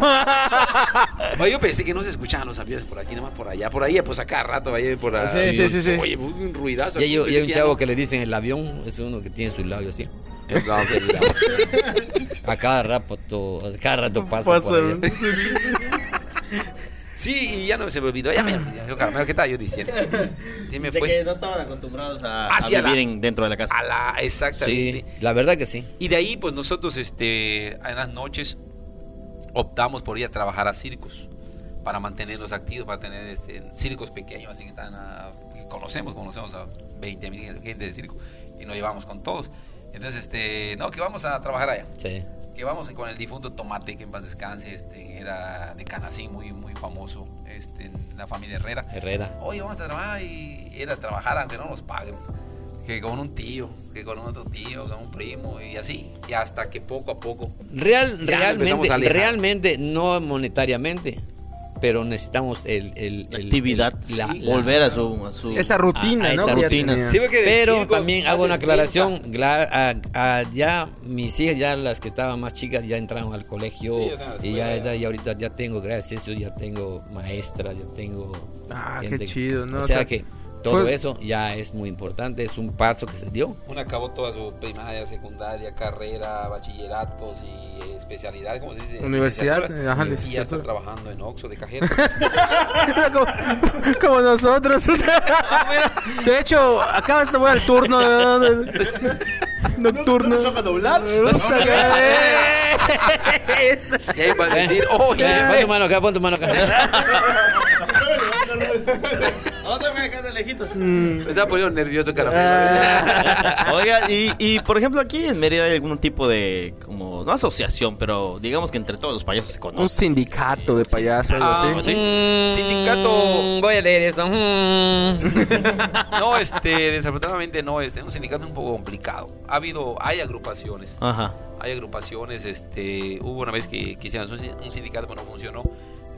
Bueno, Yo pensé que no se escuchaban los aviones por aquí, nomás por allá. Por ahí, pues a cada rato, ahí por allá.
Sí, sí, sí, sí.
Oye, pues, un ruidazo.
Y hay,
Yo
y
pensé
hay un
que ya
chavo
no-
que le dicen el avión, es uno que tiene su labio así.
El avión, el avión.
A cada rato, a cada rato pasa. por allá.
Sí, y ya no se me olvidó. Ya me olvidó. Yo, carnal, ¿qué estaba yo diciendo? Sí, me
De
fue.
que no estaban acostumbrados a...
Ah,
A
sí, a la-
vivir en- dentro de la casa.
A la,
Sí,
exactamente.
la verdad que sí.
Y de ahí, pues nosotros, este, en las noches, optamos por ir a trabajar a circos para mantenernos activos, para tener este, circos pequeños, así que, están a- que conocemos, conocemos a 20 mil gente de circo y nos llevamos con todos. Entonces, este, no, que vamos a trabajar allá.
Sí.
Que vamos con el difunto Tomate, que en paz descanse, este, era de Canacín, muy, muy famoso, este, en la familia Herrera.
Herrera.
Oye, vamos a trabajar y era trabajar aunque no nos paguen. Que con un tío, que con otro tío, con un primo y así. Y hasta que poco a poco.
Real,
Ya empezamos a
realmente,
alejar.
realmente, no monetariamente, pero necesitamos el, el- el-
Actividad.
el- la- la-
volver a su. A su
Esa rutina,
A- a
¿no?
esa
que ya
rutina.
tenía.
Sí, porque de
Pero
circo
también hago
haces
una
milpa.
aclaración. gla- a- a- ya mis hijas, ya las que estaban más chicas, ya entraron al colegio.
Sí, ya están en la
y
escuela,
ya,
ya.
ya- y ahorita ya tengo, gracias a eso, ya tengo maestras, ya tengo.
Ah,
gente
qué
que-
chido, ¿no?
O
O
sea
sea,
que todo
fue-
eso ya es muy importante, es un paso que se dio.
Una acabó toda su primaria, secundaria, carrera, bachilleratos y eh, especialidades, ¿cómo se dice?
Universidad, eh,
Licenciatura.
ajá,
y ya está
licenciatura.
trabajando en Oxxo de cajero.
como, como nosotros. De hecho, acabas de voy al turno eh, nocturno.
¿No toca doblar?
Puta que-
y ahí van a decir, oh,
Eh,
ya,
Pon tu mano acá, pon tu mano acá.
Otra vez acá de lejitos.
me está poniendo nervioso, caramelo.
Oiga, y, y, por ejemplo, aquí en Mérida hay algún tipo de. como No asociación, pero digamos que entre todos los payasos se
Un
conocen.
sindicato de payasos. algo
Ah,
así.
¿no? ¿Sí?
Mm,
Sindicato.
Voy a leer esto. Mm.
No, este, desafortunadamente no, este, es un sindicato un poco complicado. Ha habido, hay agrupaciones,
Ajá.
hay agrupaciones, este, hubo una vez que quisieron un, sin- un sindicato, pero no funcionó,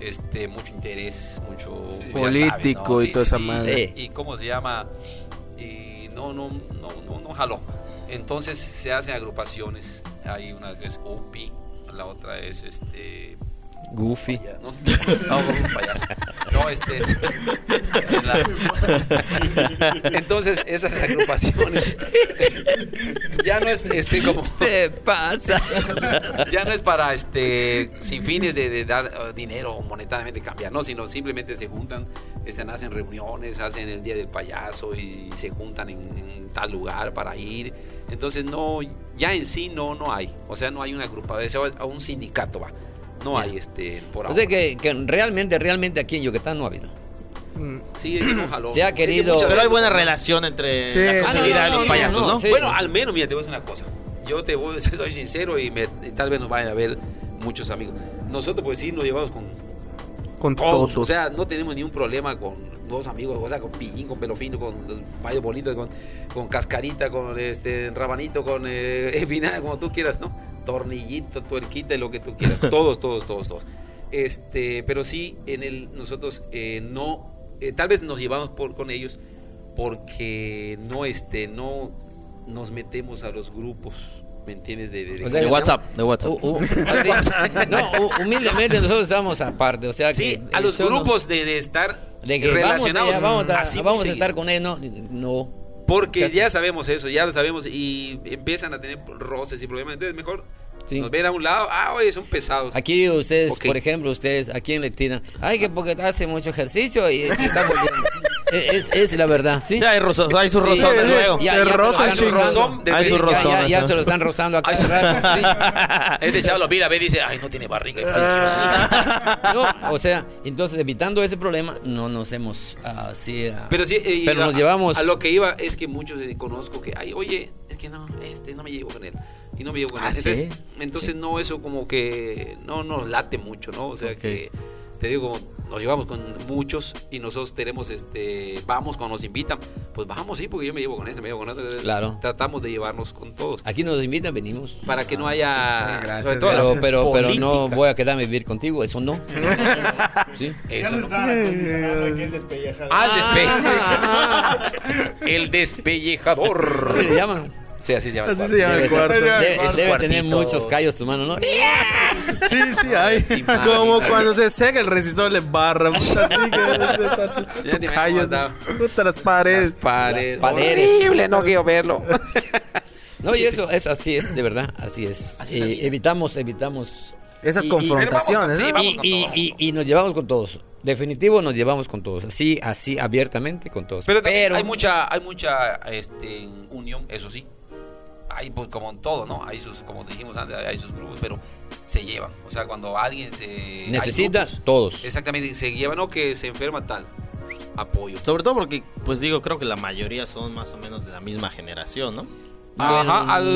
este, mucho interés, mucho... ya
Político y toda esa madre.
Y cómo se llama, y no, no, no, no, no jaló. Entonces se hacen agrupaciones, hay una que es OP, la otra es, este...
Goofy.
ya, No, no, un payaso. No, este. es- la- Entonces, esas agrupaciones ya no es este como.
¿Qué pasa?
Ya no es para este. Sin fines de, de dar eh, dinero o monetariamente cambiar, no, sino simplemente se juntan, este, hacen reuniones, hacen el día del payaso y se juntan en, en tal lugar para ir. Entonces, no, ya en sí no, no hay. O sea, no hay una agrupación, o sea, un sindicato va. No hay este por
O
ahora.
sea que, que realmente, realmente aquí en Yucatán no ha habido.
Sí, es que no jaló.
Se ha
Es que
querido-
muchas
Pero hay
veces-
buena relación entre
Sí.
la
Ah, no,
comunidad
no,
de los
no,
payasos,
no,
¿no?
no, sí.
Bueno, al menos, mira, te voy a decir una cosa. Yo te voy, soy sincero y, me- y tal vez nos vayan a ver muchos amigos. Nosotros, pues sí, nos llevamos con
Con
todos.
todos.
O sea, no tenemos ningún problema con dos amigos, o sea, con Pillín, con Pelofino, con los Mayo Bolitos, con, con Cascarita, con este Rabanito, con eh, Espinaca, como tú quieras, ¿no? Tornillito, tuerquita, y lo que tú quieras. Todos, todos, todos, todos. este, pero sí en el nosotros eh, no, eh, tal vez nos llevamos por con ellos porque no, este, no nos metemos a los grupos, ¿me entiendes? De, de-
O sea,
De
que
WhatsApp, de WhatsApp.
Uh, uh, así- no, hu- humildemente nosotros estamos aparte, o sea que
sí, a
el
los
show no-
grupos de, de estar
de que
relacionados.
vamos, allá, vamos
así
a, vamos a
muy
estar
seguido.
con ellos, no, no.
Porque
Casi.
ya sabemos eso, ya lo sabemos y empiezan a tener roces y problemas. Entonces, mejor
Sí.
nos ven a un lado. Ah, oye, son pesados.
Aquí ustedes,
Ok.
por ejemplo, ustedes, ¿a quién le tiran? Ay, que porque hace mucho ejercicio y se está volviendo. Es, es- es la verdad, sí.
Sí, hay, rozos- hay sus
Sí,
rozones
sí,
luego.
ya-
Te
ya se lo
rozan,
están
chingón.
rozando.
Hay sus
Ya- ya-
rozones,
Ya
¿no?
se lo están rozando acá.
Ay, su-
¿sí?
Este chavo lo mira, ve y dice, ay, no tiene barriga. Ah.
No, o sea, entonces evitando ese problema, no nos hemos así. ah,
Pero sí, eh,
Pero
a-
nos llevamos.
A lo que iba es que muchos eh, conozco que, ay, oye, es que no, este no me llevo con él. Y no me llevo con
Ah,
él.
¿sí?
Entonces, entonces
Sí.
no, eso como que no nos late mucho, ¿no? O sea
Ok.
que, te digo, como nos llevamos con muchos y nosotros tenemos, este, vamos cuando nos invitan, pues vamos, sí, porque yo me llevo con este, me llevo con otro.
Claro.
Tratamos de llevarnos con todos.
Aquí nos invitan, venimos.
Para que no haya...
gracias,
sobre todo
Pero,
la
pero, pero no
política.
voy a quedarme a vivir contigo, eso no. Sí.
Eso no.
Ah,
Ah, despe- el despellejador.
Así le llaman.
Sí, así se llama. el
Así
cuarto.
se llama
Debe,
el cuarto.
debe- debe tener
Cuartitos.
muchos callos tu mano, ¿no?
Sí, sí, hay.
Como cuando se seca el resistor le barra. puta, Así que
Ya
su
ni me
callos.
acordaba.
Puta las paredes.
Pared.
Paredes.
Horrible, no quiero verlo.
No, y eso, eso así es, de verdad, así es. Eh, evitamos, evitamos.
Esas
Y- y-
confrontaciones.
pero
¿no?
vamos
Y,
con
y,
todo.
y- y nos llevamos con todos. Definitivo nos llevamos con todos. Así, así, abiertamente con todos.
Pero,
Pero,
también hay mucha, hay mucha este, unión, eso sí. Hay, pues, como en todo, ¿no? Hay sus, como dijimos antes, hay sus grupos, pero se llevan. O sea, cuando alguien se. hay
necesita
grupos.
todos.
Exactamente, se llevan o que se enferma tal. Apoyo.
Sobre todo porque, pues digo, creo que la mayoría son más o menos de la misma generación, ¿no?
Ajá,
Mm,
al.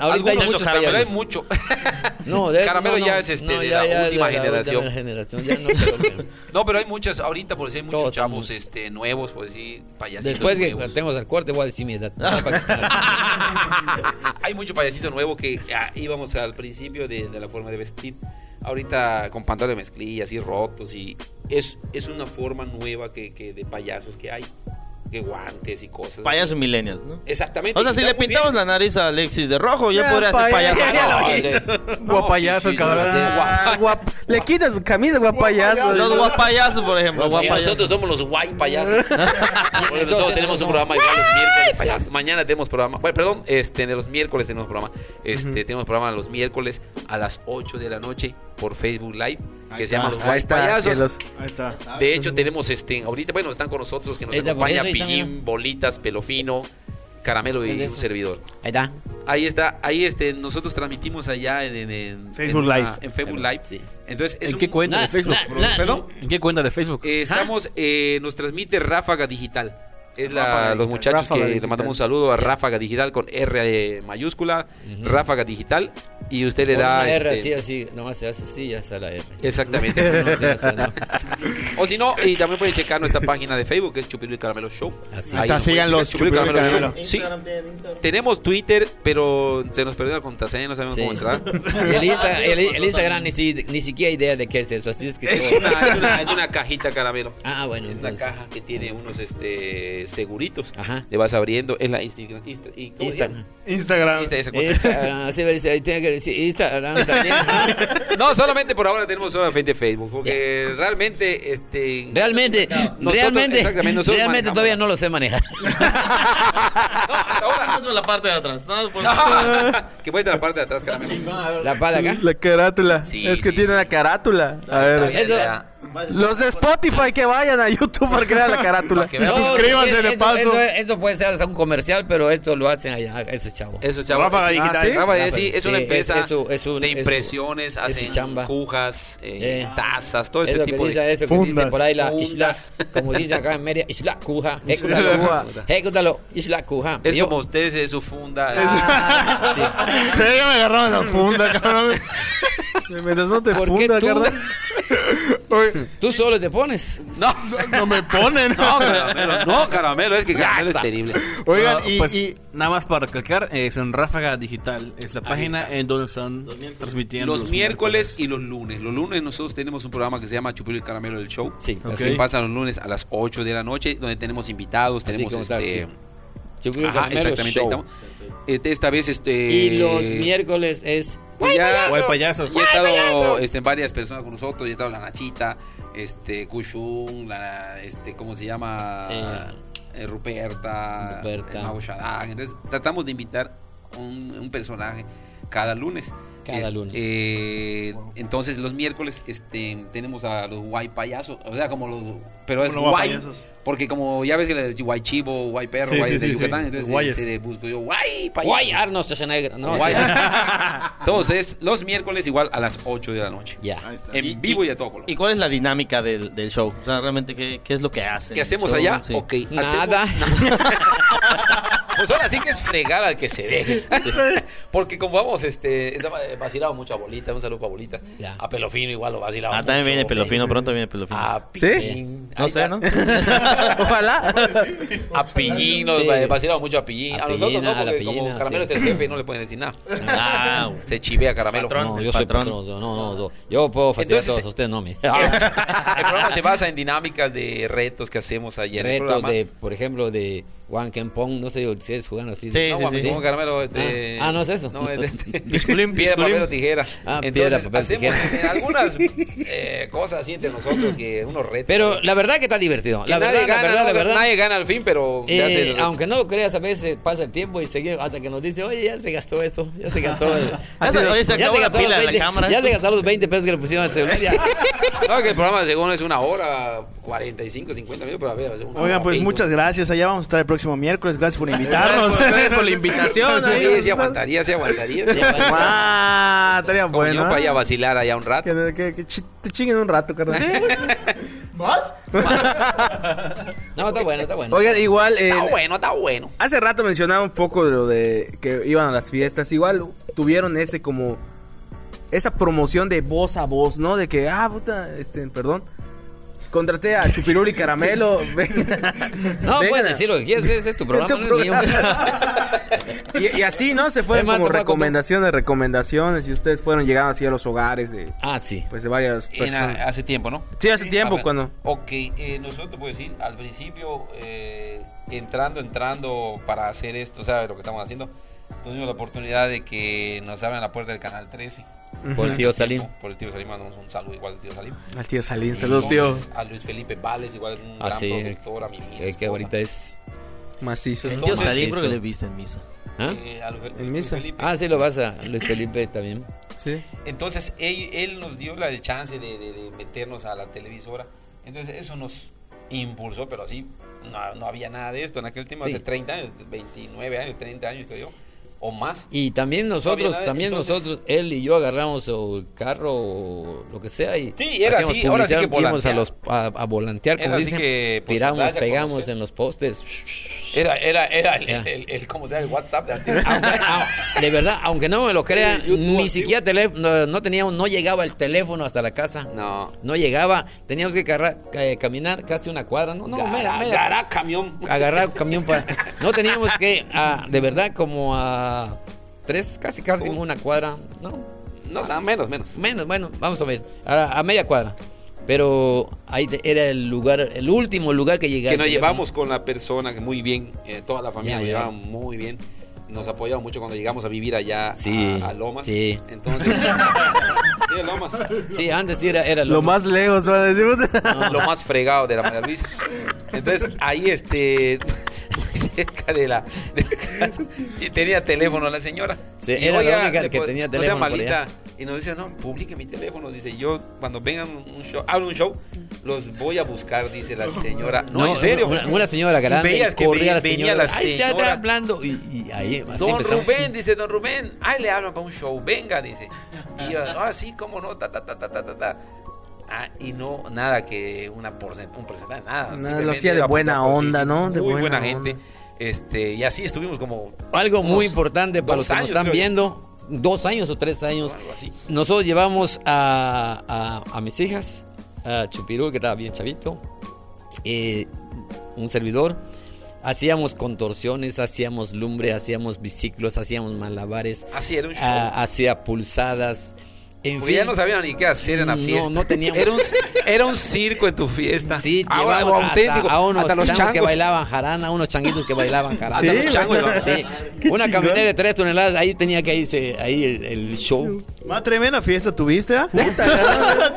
ahorita hay
algunos,
muchos
caramelo,
payasos.
hay mucho.
No, de-
Caramelo
no, no,
ya es este,
no,
de
ya-
la
ya es
última
la
generación.
última generación, ya no, pero-
No, pero hay muchas, ahorita por decir, hay muchos
Todos
chavos
estamos-
este, nuevos, por decir, payasitos
Después que
nuevos.
tengas al corte, voy a decir mi edad.
Hay mucho payasito nuevo que ah, íbamos al principio de, de la forma de vestir. Ahorita con pantalones de mezclilla, así rotos. y Es, es una forma nueva que, que de payasos que hay. Que guantes y cosas.
Payaso millennial, ¿no?
Exactamente.
O sea,
y
si
está
le
muy
pintamos
bien.
la nariz a Alexis de rojo, ya
Ya,
podría ser
payaso.
payaso.
Ah, no,
No,
es- no,
Guapayazo,
sí, sí,
cabrón.
no, sí, es guap-
Ah, guap- Le quitas su camisa, guapayazo.
Los guapayazos, por ejemplo.
Y
Guapayazos.
nosotros somos los guay payasos. Porque nosotros tenemos un programa igual los miércoles. payasos. Mañana tenemos programa. Bueno, perdón, este, de los miércoles tenemos programa. Este, tenemos programa los miércoles a las 8 de la noche por Facebook Live. Que se llama Los
Ahí
Guay
está. que
Payasos.
los-
Ahí está.
De hecho, tenemos este, ahorita, bueno, están con nosotros que nos
Ahí está, por
acompaña
eso, ahí está,
Pillín, Bolitas, Pelofino, Caramelo y
Es
un
eso.
servidor.
Ahí está.
Ahí está, ahí este, nosotros transmitimos allá en, en- en-
Facebook
en-
Live.
ah, En Facebook Live.
Sí.
Entonces, es
¿En qué
un-
cuenta
Na-
de Facebook?
na- na-
¿Perdón?
¿En qué cuenta de Facebook?
Eh, estamos, eh, nos transmite Ráfaga Digital. Es la-
Ráfaga
los
Digital.
muchachos
Ráfaga
que le
Digital.
mandamos un saludo a Ráfaga Digital con R eh, mayúscula, Ráfaga Digital, y usted le
Pon
da...
una R
este,
así, así, nomás se hace así ya está la R.
Exactamente.
No, ya está, no.
o si no, y también pueden checar nuestra página de Facebook, que es Chupilú y Caramelo Show.
Así.
Ahí
Está,
nos pueden
síganlos,
checar, Chupilú y
Chupilú y
Caramelo
Caramelo.
Show. Sí. Tenemos Twitter, pero se nos perdió la contraseña, no sabemos
Sí.
cómo entrar.
Y el, Insta- el-
pues,
el Instagram ni, si- ni siquiera idea de qué es eso. Así es que
Es
todo-
una, es una- es una cajita caramelo.
Ah, bueno,
Es una
entonces.
caja que tiene unos este seguritos.
Ajá.
Le vas abriendo. Es la Instagram. Insta, y- ¿cómo se
Insta-
llama?
Instagram.
Insta, esa cosa.
Instagram, así me dice, ahí tiene que decir Instagram también.
No, solamente por ahora tenemos solamente Facebook. Porque realmente, este.
Realmente,
Nosotros-
realmente,
exactamente, nosotros
realmente
manejamos.
todavía no lo sé manejar.
No, hasta ahora.
Nosotros la parte de atrás. No, pues-
que puede estar la parte de atrás, caramelo.
La pala acá.
La carátula.
Sí,
es que
sí,
tiene
sí.
una carátula. A ver.
Todavía
Eso-
ya-
Los de Spotify que vayan a YouTube para crear la carátula.
que vean.
Suscríbanse
esto-
de paso.
Esto, esto puede ser hasta un comercial, pero esto lo hacen allá, esos chavos.
Eso, chavos.
Ráfaga
es-
Digital.
Ah, ¿sí? Ráfaga Digital, sí,
Ráfaga,
es una
sí,
empresa
es- es su- es un-
de
es su-
impresiones,
es su
hacen
chamba.
cujas, eh,
Eh.
tazas, todo
Es
ese
lo que
tipo
dice,
de...
eso que
fundas.
dice por ahí la
Fundas.
isla, como dice acá en Mérida, isla cuja, ejecútalo, ejecútalo, isla cuja.
Es
Yo-
como ustedes, es su funda.
Sí.
Sí, ya me agarraron la funda, cabrón.
Mientras no te
¿Por qué
funda,
tú?
carnal.
Tú solo te pones.
No,
No me ponen.
no, caramelo, no, caramelo, es que caramelo es terrible.
Oigan,
Ah,
y,
pues,
y-
nada más para recalcar, es en Ráfaga Digital. Es la página en donde están transmitiendo.
Los miércoles y los lunes. Los lunes nosotros tenemos un programa que se llama Chupir el Caramelo del Show.
Sí,
Así pasa los lunes a las 8 de la noche, donde tenemos invitados,
Así
tenemos
como estás,
este.
tío. Chucuyo
Ajá,
Caramelo
exactamente. ahí
Show.
estamos. Este, Esta vez este.
Y los miércoles es.
pues Ya,
Güey, payasos.
ya he estado este, en varias personas con nosotros, ya ha estado la Nachita, este, Kushun, la, este, ¿cómo se llama? Eh, Ruperta,
Ruperta.
el Mago Shaddai. Entonces, tratamos de invitar un, un personaje cada lunes.
Cada
Es-
lunes.
eh, Entonces, los miércoles este, tenemos a los guay payasos, o sea, como los. Pero es
Como los
guay.
payasos.
Porque como ya ves que le guay chivo, guay perro,
Sí,
guay
sí,
de
sí, sí.
Yucatán, entonces
Guayes.
se le busco yo, guay payaso.
Guay, Arnold Schwarzenegger. No,
Guay.
sí.
Entonces, los miércoles igual a las 8 de la noche.
Ya.
Y-
En vivo y a todo color.
¿Y cuál es la dinámica del, del show? O sea, realmente, ¿qué, qué es lo que hacen?
¿Qué hacemos
Show,
allá?
sí.
Ok, hacemos-
Nada.
Pues ahora sí que es fregar al que se deje. Porque como vamos, este, he vacilado mucho a Bolita, un saludo para Bolita.
Ya.
A Pelofino igual lo
Ah,
vacilaba
también
mucho.
viene Pelofino, pronto viene Pelofino.
A
¿Sí?
Pillín.
no
Ah, Ahí
sé,
está.
¿no?
Ojalá.
A Pillín, nos
Sí.
va- vacilaba mucho a Pillín.
A
A, nosotros
Pillín,
no,
a la
porque como
Pillina,
Caramelo
sí.
es el jefe, no le pueden decir nada.
Ah, güey.
Se chivea Caramelo.
Patrón.
No,
El
yo soy
patrón.
patrón. No, no, no. Yo puedo fastidiar a
Entonces-
todos. Ustedes no me. Ah,
Ah. El programa se basa en dinámicas de retos que hacemos ayer.
Retos de, por ejemplo, de Juan Kempong. No sé si es jugando así.
Sí,
No,
sí,
Juan,
sí.
como caramelo, este...
Ah, ah, no es eso.
No, es este...
Pisculín,
piedra,
pisculín.
papel o tijera.
Ah, piedra,
Entonces,
papel,
hacemos
tijera.
eh, algunas eh, cosas así entre nosotros que unos retos.
Pero la verdad que está divertido.
Que
La
nadie
verdad, la
gana,
verdad, la
¿no?
verdad.
Nadie gana al fin, pero se
Eh,
hace el reto.
aunque no lo creas, a veces pasa el tiempo y seguimos hasta que nos dice, oye, ya se gastó esto, ya se gastó. el-
se- oye, se acabó la
gastaron
pila de la
20
cámara.
Ya se gastaron los 20 pesos que le pusieron al celular. ya.
No, que el programa según es una hora, 45, 50 minutos, pero a ver, hace una
Oigan,
hora,
pues
20.
muchas gracias. Allá vamos a estar el próximo miércoles. Gracias por invitarnos.
Gracias por la invitación. ahí
Oye,
vamos
si
a estar.
aguantaría, si aguantaría.
Ah, estaría
Bueno. Yo
bueno.
para allá a
¿eh?
vacilar allá un rato.
Que, que- que chi- te chinguen un rato, carnal. ¿Más?
No, está bueno, está bueno.
Oigan, igual. eh,
Ah,
Está bueno, está bueno.
Hace rato mencionaba un poco de lo de que iban a las fiestas. Igual tuvieron ese como. Esa promoción de voz a voz, ¿no? De que, ah, puta, este, perdón. Contraté a Chupirul y Caramelo.
No,
pueden
puedes decir lo que quieras, es, es tu programa, no es mío.
y, y así, ¿no? Se fueron
Es más, te voy a
como
contar.
recomendaciones, recomendaciones. Y ustedes fueron llegando así a los hogares de,
Ah, sí.
pues, de varias
En-
personas.
ah, hace tiempo, ¿no?
Sí, hace tiempo,
Habla-
cuando.
Ok, eh, nosotros puedo decir, al principio, eh, entrando, entrando para hacer esto, ¿sabes lo que estamos haciendo? Tuvimos la oportunidad de que nos abran la puerta del canal 13.
Por el tío Salim.
Por el tío Salim, mandamos un saludo igual al tío Salim.
Al tío Salín, saludos, tío.
Entonces, A Luis Felipe Vales, igual un
Ah,
gran
sí.
productor, a mi misma
Que, que
esposa.
ahorita es.
Macizo.
El tío
Entonces,
Salim creo que
eso.
le viste en misa.
¿Ah?
Eh, a Lu- Luis
misa.
Felipe.
Ah, sí, lo vas a Luis Felipe también.
Sí.
Entonces él, él nos dio la chance de, de- de meternos a la televisora. Entonces eso nos impulsó, pero así no, no había nada de esto en aquel tiempo,
Sí.
hace 30 años, 29 años, 30 años creo yo, o más.
Y también nosotros,
Todavía no,
también
entonces-
nosotros, él y yo agarramos el carro o lo que sea y
Sí, era
hacíamos
así, ahora sí que
publicidad, íbamos a
volantear.
los a, a volantear, como
Era así
dicen,
que, pues,
tiramos,
darse a
pegamos
conocer.
en los postes.
Era, era, era el,
Ya.
el, el- el- ¿cómo se llama? El WhatsApp de antes.
Aunque- ah, de verdad, aunque no me lo crean,
Sí, YouTube
ni
activo.
siquiera teléfono, no, no teníamos, no llegaba el teléfono hasta la casa.
No.
No llegaba, teníamos que carra- eh, caminar casi una cuadra, no, no,
Gara-
mera, mera.
gara camión.
agarrar un camión para. No teníamos que, ah, de verdad, como a tres, casi casi
Oh.
una cuadra, no,
No, nada, menos, menos.
menos, bueno, vamos a ver, a, a media cuadra. Pero ahí te- era el lugar, el último lugar que llegaba.
que nos llevamos con la persona que muy bien, eh, toda la familia
Ya,
nos
ya.
llevaba muy bien. Nos apoyaban mucho cuando llegamos a vivir allá
Sí,
a, a Lomas.
sí.
Entonces, sí, a Lomas.
Sí, antes sí era, era
Lo más lejos, ¿no? Decimos-
Lo más fregado de la María Luisa. Entonces, ahí este muy cerca de la, de la casa, y tenía teléfono la señora.
Sí,
Y,
era la
"Oiga,
única
le
que
po-
tenía
no sea
teléfono por
malita".
allá.
Y nos dice, no, publique mi teléfono. Dice, yo cuando vengan un show, abro un show, los voy a buscar, dice la señora. No, en serio.
Una, una señora grande.
Veías que
corría
ve- venía la
Ay, ya está
señora.
hablando. Y, y ahí así
Don
empezamos.
Rubén, dice Don Rubén, ay, le hablan para un show, venga, dice. Y yo, ah, sí, cómo no, ta, ta, ta, ta, ta, ta, ta. Ah, y no, nada que una porcent un porcentaje, nada.
lo
simplemente
hacía de
era
buena
por- por-
onda,
sí,
¿no? De
muy buena,
buena
gente. Este, y así estuvimos como.
Algo muy
unos
importante para
dos
los que nos
años,
están
creo yo.
viendo. dos años o tres años. Nosotros llevamos a, a- a mis hijas, a Chupirú, que estaba bien chavito, eh, un servidor. Hacíamos contorsiones, hacíamos lumbre, hacíamos biciclos, hacíamos malabares,
Así era un show.
ah, hacía pulsadas. En
Porque
fin,
ya no sabían ni qué hacer en la
No,
fiesta.
no teníamos.
Era un, era un circo en tu fiesta.
Sí,
Ah,
llevamos
algo
hasta
auténtico.
a unos
hasta los
changos
changos.
que bailaban jarana, a unos changuitos que bailaban jarana.
Hasta los changos bailaban.
Sí. Una camioneta de tres toneladas, ahí tenía que irse ahí el, el show.
Más tremenda fiesta tuviste, ¿ah?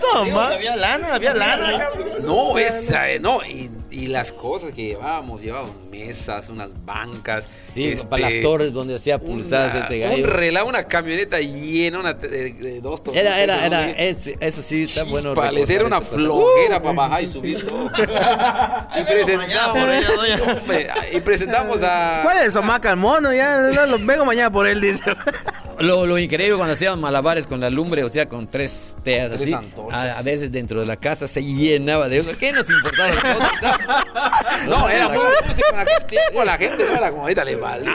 Toma.
Había lana, había lana, cabrón.
No, esa, eh, no. Y, y las cosas que llevábamos, llevábamos mesas, unas bancas.
Sí,
este,
para las torres donde hacía
una-
pulsadas este gallo.
Un relajo, una camioneta llena, una te- de, de dos
Era, era, era,
tortugas,
es- eso sí está bueno.
Chispales,
recordar
era una
esa cosa. Uh.
flojera para bajar y subir todo. y, presentamos,
por allá, doña.
Hombre, y presentamos a.
¿Cuál es somaca al mono? Ya no, lo vengo mañana por él, dice.
Uh, Lo, lo increíble cuando hacíamos malabares con la lumbre, o sea, con tres teas
Tres
así.
antorchas.
A, a veces dentro de la casa se llenaba de eso. ¿Qué nos importaba?
No, era muy acústico en aquel tiempo. La gente no era como ahorita le vale.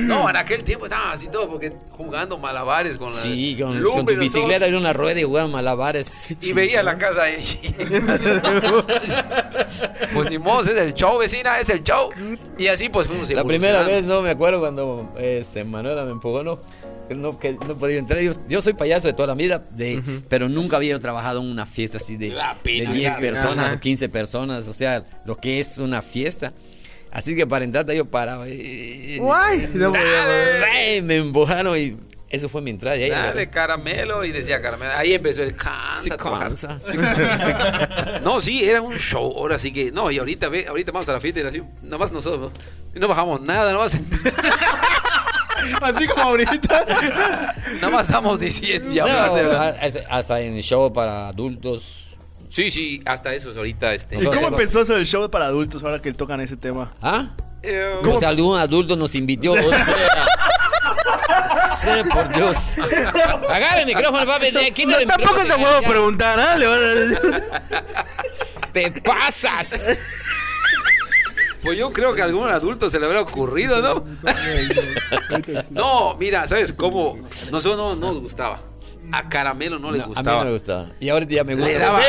No, en aquel tiempo estaba así todo porque jugando malabares con la
Sí, con, con
lumbre,
tu
los
bicicleta
ojos,
y una rueda y jugaban malabares.
Y veía la casa ahí. pues ni modo, es el show, vecina, es el show. Y así pues fuimos
La primera
evolucionando.
vez, no me acuerdo cuando este, Manuela me empujó, no, que no, que no podía entrar. Yo, yo soy payaso de toda la vida, de, pero nunca había yo trabajado en una fiesta así de,
La
de
pena,
10
ya,
personas
ajá.
o 15 personas, o sea, lo que es una fiesta. Así que para entrar yo paraba. eh,
Guay. No podía,
¡ay! me empujaron y eso fue mi entrada. y ahí
Dale, caramelo. Y decía caramelo. Ahí empezó el cansa.
Sí,
tu cansa.
cansa, sí, cansa.
No, sí, era un show. Ahora sí que. No, y ahorita, ve, ahorita vamos a la fiesta y así. Nomás nosotros. No, no bajamos nada, nomás.
Así como ahorita.
Nomás estamos diciendo. y
No,
hablando de verdad.
hasta- hasta en show para adultos.
Sí, sí, hasta eso es ahorita. Este.
¿Y
¿Y cómo
Entonces,
empezó eso del show para adultos ahora que tocan ese tema?
¿Ah?
Eh,
O sea, algún adulto nos invitó. O sea, sea por Dios. Agarra el micrófono, papi. ya, Quítale el
Tampoco
micrófono,
se puedo
ya,
preguntar, ¿ah? Le van a decir.
Te pasas.
Pues yo creo que a algún adulto se le habrá ocurrido, ¿no? no, mira, ¿sabes cómo? Nosotros no no nos gustaba. A Caramelo no le
No, a mí
gustaba.
no me gustaba. Y ahorita ya me gusta.
Le daba.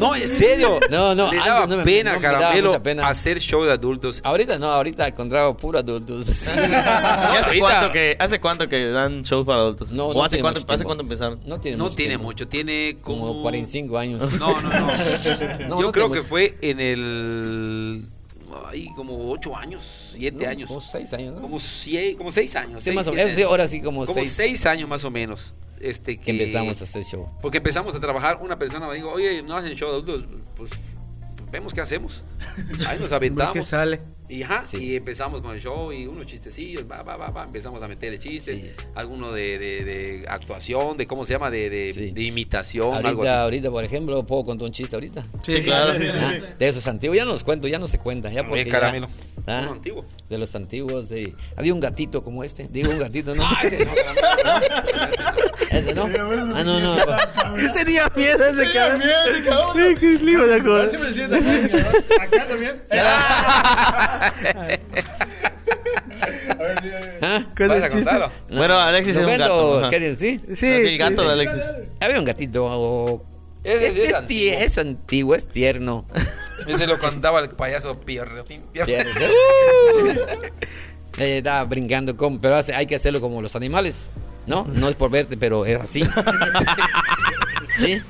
No, en serio.
No, no,
Le
antes
daba
no me-
pena
no
a
me daba
Caramelo
mucha pena. Ah,
hacer show de adultos.
Ahorita no, ahorita encontraba puro adultos.
¿Y hace
Ahorita-
cuánto, que, ¿Hace cuánto que dan shows para adultos?
No,
¿O
no
hace,
tiene
cuánto,
mucho
hace
tiempo.
cuánto empezaron?
No tiene
No
mucho
tiene
tiempo.
mucho, tiene como.
Como 45 años.
No, no, no.
No,
Yo
no
creo
tenemos.
que fue en el. Ay, como 8 años, 7
No,
años.
Como 6 años, ¿no?
Como 6 como seis años.
Sí,
seis,
más o-
siete
eso sí,
años.
ahora sí como
Como
seis.
6 años más o menos. Este, que,
Que empezamos a hacer show.
Porque empezamos a trabajar, una persona me dijo, oye, no hacen show de adultos, pues vemos qué hacemos. Ahí nos
¿Qué
aventamos.
sale?
Y, ajá,
Sí.
y empezamos con el show y unos chistecillos, va, va, va, va, empezamos a meterle chistes,
Sí.
alguno de, de- de actuación, de cómo se llama, de, de,
Sí.
de imitación, algo
Ahorita,
así.
ahorita, por ejemplo, puedo contar un chiste ahorita.
Sí,
claro.
Ah, De esos antiguos, ya no los cuento, ya no se cuentan. Ya porque
Oye,
ya-
caramelo.
Ah,
Uno antiguo.
De los antiguos, sí. Había un gatito como este. Digo, un gatito, no.
Ah, ese no,
Ese no. Ah, no, no.
Tenía miedo ese cabrón.
Siempre siento acá. Acá también.
¿Ah?
¿Vas
¿Cuál es el
a
chiste?
contarlo?
Bueno, Alexis
¿Lo
es un gato.
cuento?
ajá.
¿Qué dicen? ¿Sí?
Sí.
Ah, sí, el gato de Alexis.
Había un gatito. o-
Ese
es,
sí es
es tie-
antiguo.
es antiguo, es tierno.
Ese lo contaba el payaso Pierrotín.
Tierno. Eh, estaba brincando, con, pero hace- hay que hacerlo como los animales. No, no es por verte, pero es así. ¿Sí?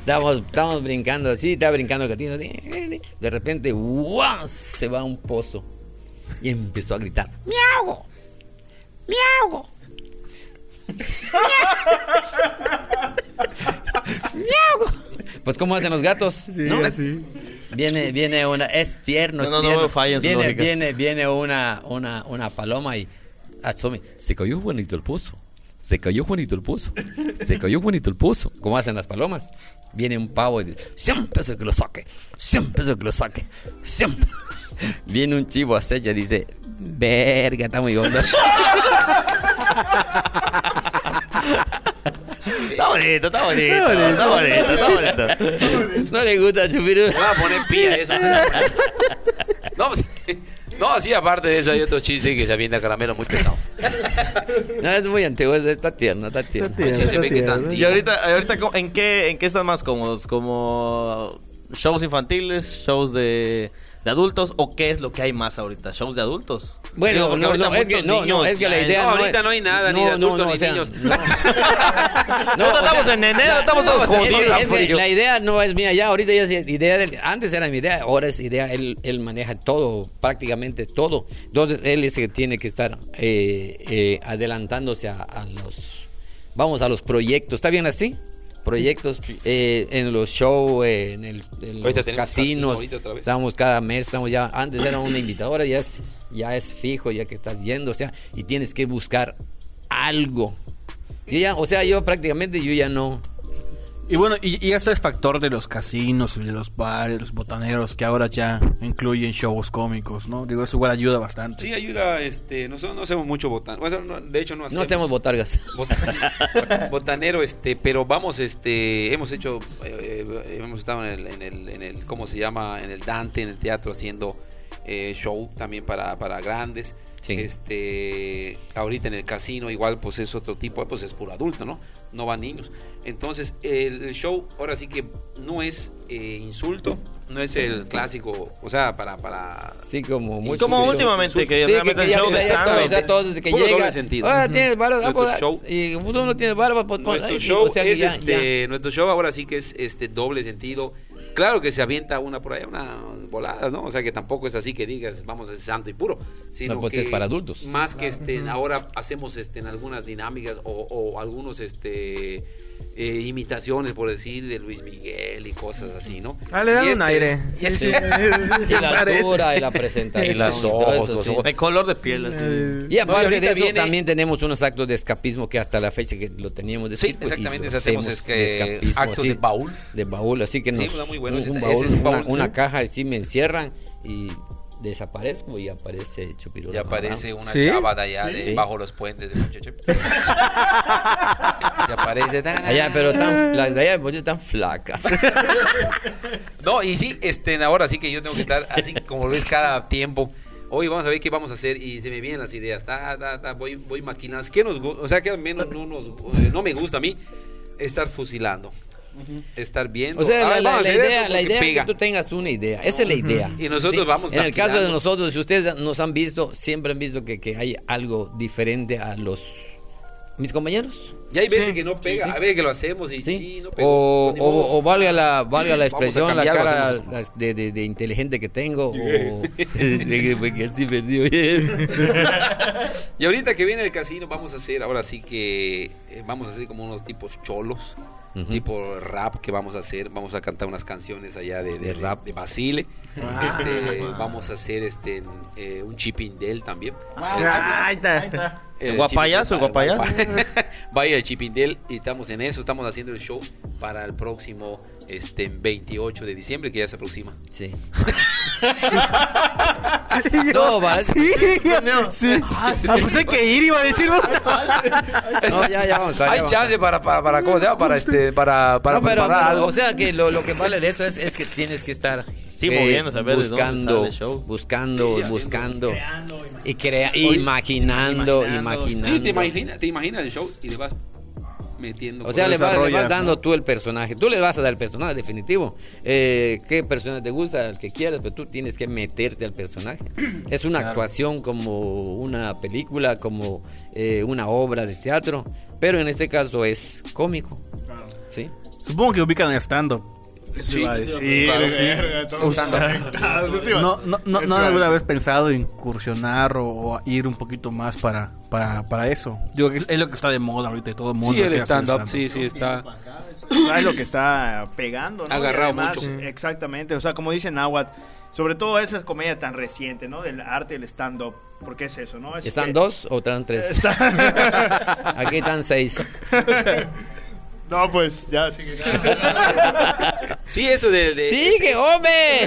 Estábamos, estábamos brincando así, estaba brincando el gatito. De repente, ¡guau! Se va a un pozo. Y empezó a gritar: ¡Miau! ¡Miau! ¡Miau! Pues, ¿cómo hacen los gatos? ¿no? Viene, viene una. Es tierno, es
No, no, no
tierno.
veo falla en su
viene,
lógica.
viene, viene una, una, una paloma y asume. Se cayó Juanito el pozo. Se cayó Juanito el pozo. Se cayó Juanito el pozo. ¿Cómo hacen las palomas? Viene un pavo y dice, siempre es el que lo saque. Siempre es el que lo saque. Siempre. Viene un chivo a y dice, verga, está muy gordo.
Está bonito, está bonito. Está bonito, está bonito.
No le gusta chupir.
Voy a poner pie a eso. No, pues, No, sí, aparte de eso hay otro chiste que se avienta caramelo muy pesado.
No, es muy antiguo, es- está tierno, está tierno.
Sí, se ve que tan
Y ahorita, ahorita ¿cómo- ¿en, qué, ¿en qué están más cómodos? ¿Como shows infantiles, shows de, de adultos o qué es lo que hay más ahorita? ¿Shows de adultos?
Bueno,
porque
no,
ahorita
no, es que-
muchos
no, no,
niños
es que la
ya
idea-
No,
no,
ahorita no hay nada, ni de
no, no,
adultos
no,
ni
o sea,
niños.
No,
Ahorita
o sea,
estamos en enero, estamos
no,
todos
o sea,
jodidos.
es que- es que
frío.
la idea no es mía ya, ahorita ya es idea del, antes era mi idea, ahora es idea, él, él maneja todo, prácticamente todo. Entonces él es el que tiene que estar eh, eh, adelantándose a, a los, vamos a los proyectos, ¿está bien así? Proyectos eh, en los shows, en, el, en los
Ahorita tenemos casino,
casinos,
ahorita otra vez.
estamos cada mes, estamos ya, antes era una invitadora, ya es, ya es fijo, ya que estás yendo, o sea, y tienes que buscar algo. Yo ya, o sea, yo prácticamente yo ya no,
Y bueno, y, y este es factor de los casinos y de los bares, los botaneros, que ahora ya incluyen shows cómicos, ¿no? Digo, eso igual ayuda bastante.
Sí, ayuda, este, nosotros no hacemos mucho botan. o sea, no, de hecho, no hacemos.
No hacemos botargas.
Bota- botanero, este, pero vamos, este, hemos hecho, eh, eh, hemos estado en el, en el, en el, ¿cómo se llama? En el Dante, en el teatro, haciendo eh, show también para, para grandes.
Sí.
Este, ahorita en el casino, igual, pues es otro tipo, pues es puro adulto, ¿no? No van niños. Entonces, el, el show, ahora sí que no es eh, insulto, no es el clásico, o sea, para, para
Sí, como
Y
muy
como
sutil.
últimamente, que
Sí,
realmente el
ya-
show de
ya todo, o sea,
stand
todo desde que
Puro doble
llega.
sentido.
Ah, tienes barba, ah,
Nuestro
pues,
show.
y como tú no tienes barba, pues, pues,
Nuestro
ay,
show
o sea, que
es
ya-
este, nuestro show ahora sí que es este doble sentido. Claro que se avienta una por ahí, una volada, ¿no? O sea que tampoco es así que digas, vamos, es santo y puro. Sino
No, pues,
que
es para adultos.
Más que este, ahora hacemos este, en algunas dinámicas o, o algunos este, eh, imitaciones, por decir, de Luis Miguel y cosas así, ¿no?
Ah, le
Y
dan un
este
aire.
es-
Sí,
y este-
sí, sí, sí,
ya, y la
parece.
altura, y la presentación.
Y las
y todo
ojos,
eso,
los
sí.
ojos. El color de piel, así.
Y aparte
ahorita
de eso,
viene-
también tenemos unos actos de escapismo que hasta la fecha que lo teníamos de
Sí,
circo y
exactamente,
los
hacemos es que actos de baúl.
De baúl, así que
Sí,
nos,
está muy bueno,
un,
ese-
un
ese
baúl,
es un
una,
baúl,
una
sí.
caja, así me encierran y desaparezco y aparece Chupirul.
Y aparece una
¿Sí?
chava de allá, de
Sí.
bajo los puentes de Mochoche. Se aparece. tan-
Allá, pero tan, las de allá de Moche están flacas.
No, y sí, este, ahora sí que yo tengo que estar así como lo es cada tiempo. Hoy vamos a ver qué vamos a hacer y se me vienen las ideas. Ta, ta, ta, voy, voy maquinando. ¿Qué nos gu- O sea, que al menos no, nos, eh, no me gusta a mí estar fusilando. Estar viendo.
O sea,
Ah,
la, la-
vamos a
la
hacer eso
idea, la
porque
idea es
pega.
que tú tengas una idea. Esa es la idea.
Y nosotros vamos
En el
maquinando.
caso de nosotros, si ustedes nos han visto, siempre han visto que, que hay algo diferente a los mis compañeros.
Y hay veces
Sí,
que no pega.
sí, sí.
A veces que lo hacemos y
¿sí?
sí, no pega.
o, o- o valga la, valga
Vamos
la
a
expresión, la
cambiarlo,
cara
hacemos.
las de, de- de inteligente que tengo. o- Porque así perdió.
Y ahorita que viene el casino, vamos a hacer, ahora sí que eh, vamos a hacer como unos tipos cholos, tipo rap que vamos a hacer. Vamos a cantar unas canciones allá de, de rap de Basile.
Ah.
Este, vamos a hacer este eh, un chipping del también. Eh,
Ah, Ahí está.
El
¿El guapayas
Chipindel,
o el guapayas?
Va a ir el Chipindel y estamos en eso, estamos haciendo el show para el próximo este 28 de diciembre que ya se aproxima.
Sí. No, vale.
Sí, sí, sí. Ah, pues hay que ir, iba a decir.
No, ya, ya vamos. ya
Hay
vamos.
chance para para para ¿cómo se llama? para este para para
No, pero,
preparar
pero,
algo.
o sea que lo, lo que vale de esto es, es que tienes que estar
Sí, moviendo, saber de dónde
Eh, buscando,
sale el show.
buscando,
Sí, sí,
buscando
Creando,
y crea imaginando,
Imaginando.
imaginando.
Sí, te imaginas, te imaginas el show y le vas metiendo.
O sea, le vas, le vas
desarrollas,
dando tú el personaje. Tú le vas a dar el personaje definitivo. Eh, ¿Qué personaje te gusta? El que quieras, pero tú tienes que meterte al personaje. Es una actuación como una película, como eh, una obra de teatro, pero en este caso es cómico. Sí.
Supongo que ubican el stand-up.
Sí,
iba a
sí,
decir,
claro, sí.
verga, estamos
Usando.
conectados, eso iba-
No, no, no,
eso
¿no
iba a
alguna
decir.
vez pensado en incursionar o, o ir un poquito más para, para, para eso. Digo, que es es lo que está de moda ahorita y todo el mundo.
Sí, el
quiere hacer
stand-up,
stand-up.
sí, sí, está.
O sea, es lo que está pegando, ¿no?
Agarrado
Y además,
mucho.
Exactamente, o sea, como dice Nahuatl, sobre todo esa comedia tan reciente, ¿no? Del arte del stand-up, porque es eso, ¿no? Es
¿Están
que-
dos o están tres? Aquí están seis.
No, pues ya, sí que-
Sí, eso de. de- es,
¡Sigue, hombre!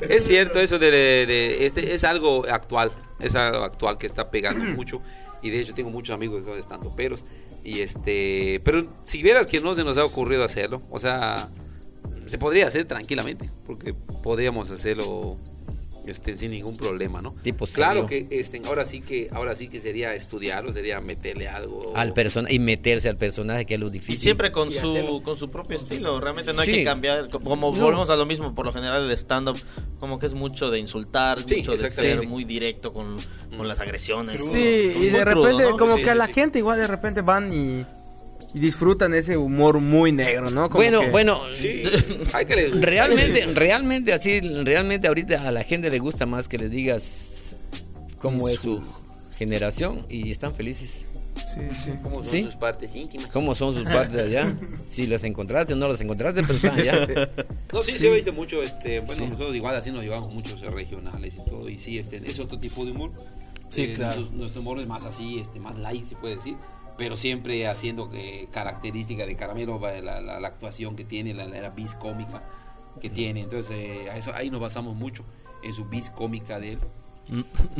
es- es cierto, eso de. de- de- este, es algo actual. Es algo actual que está pegando mucho. Y de hecho, tengo muchos amigos que son estando peros. Y este. Pero si vieras que no se nos ha ocurrido hacerlo, o sea, se podría hacer tranquilamente. Porque podríamos hacerlo este, sin ningún problema, ¿no?
Tipo
claro
serio.
que este, ahora sí que ahora sí que sería estudiarlo, sería meterle algo.
Al persona y meterse al personaje, que es lo
Y
difícil.
siempre con su, con su propio estilo. Realmente no hay
Sí.
que cambiar. co- Como volvemos a lo mismo, por lo general el stand-up, como que es mucho de insultar,
Sí,
mucho de
exactamente.
ser muy directo con, con las agresiones.
Sí,
Muy
y de
crudo,
repente,
¿no?
como
Sí,
que a
sí,
la
sí.
gente igual de repente van y, y disfrutan ese humor muy negro, ¿no? Como
bueno,
que-
bueno,
Sí, hay que le-
Realmente, realmente, así, realmente ahorita a la gente le gusta más que le digas cómo es su generación y están felices.
Sí, sí.
¿Cómo son
¿Sí?
sus partes íntimas?
¿Cómo son sus partes allá? Si las encontraste o no las encontraste, pues están allá.
No, sí, se ve este, mucho, este, bueno, nosotros igual así nos llevamos muchos regionales y todo, y sí, este, es otro tipo de humor. Eh,
Sí, claro.
nuestro, nuestro humor es más así, este, más light, se puede decir, pero siempre haciendo eh, característica de Caramelo, va, la, la- la actuación que tiene, la, la, la vis cómica que tiene. Entonces, eh, a eso, ahí nos basamos mucho, en su vis cómica de él.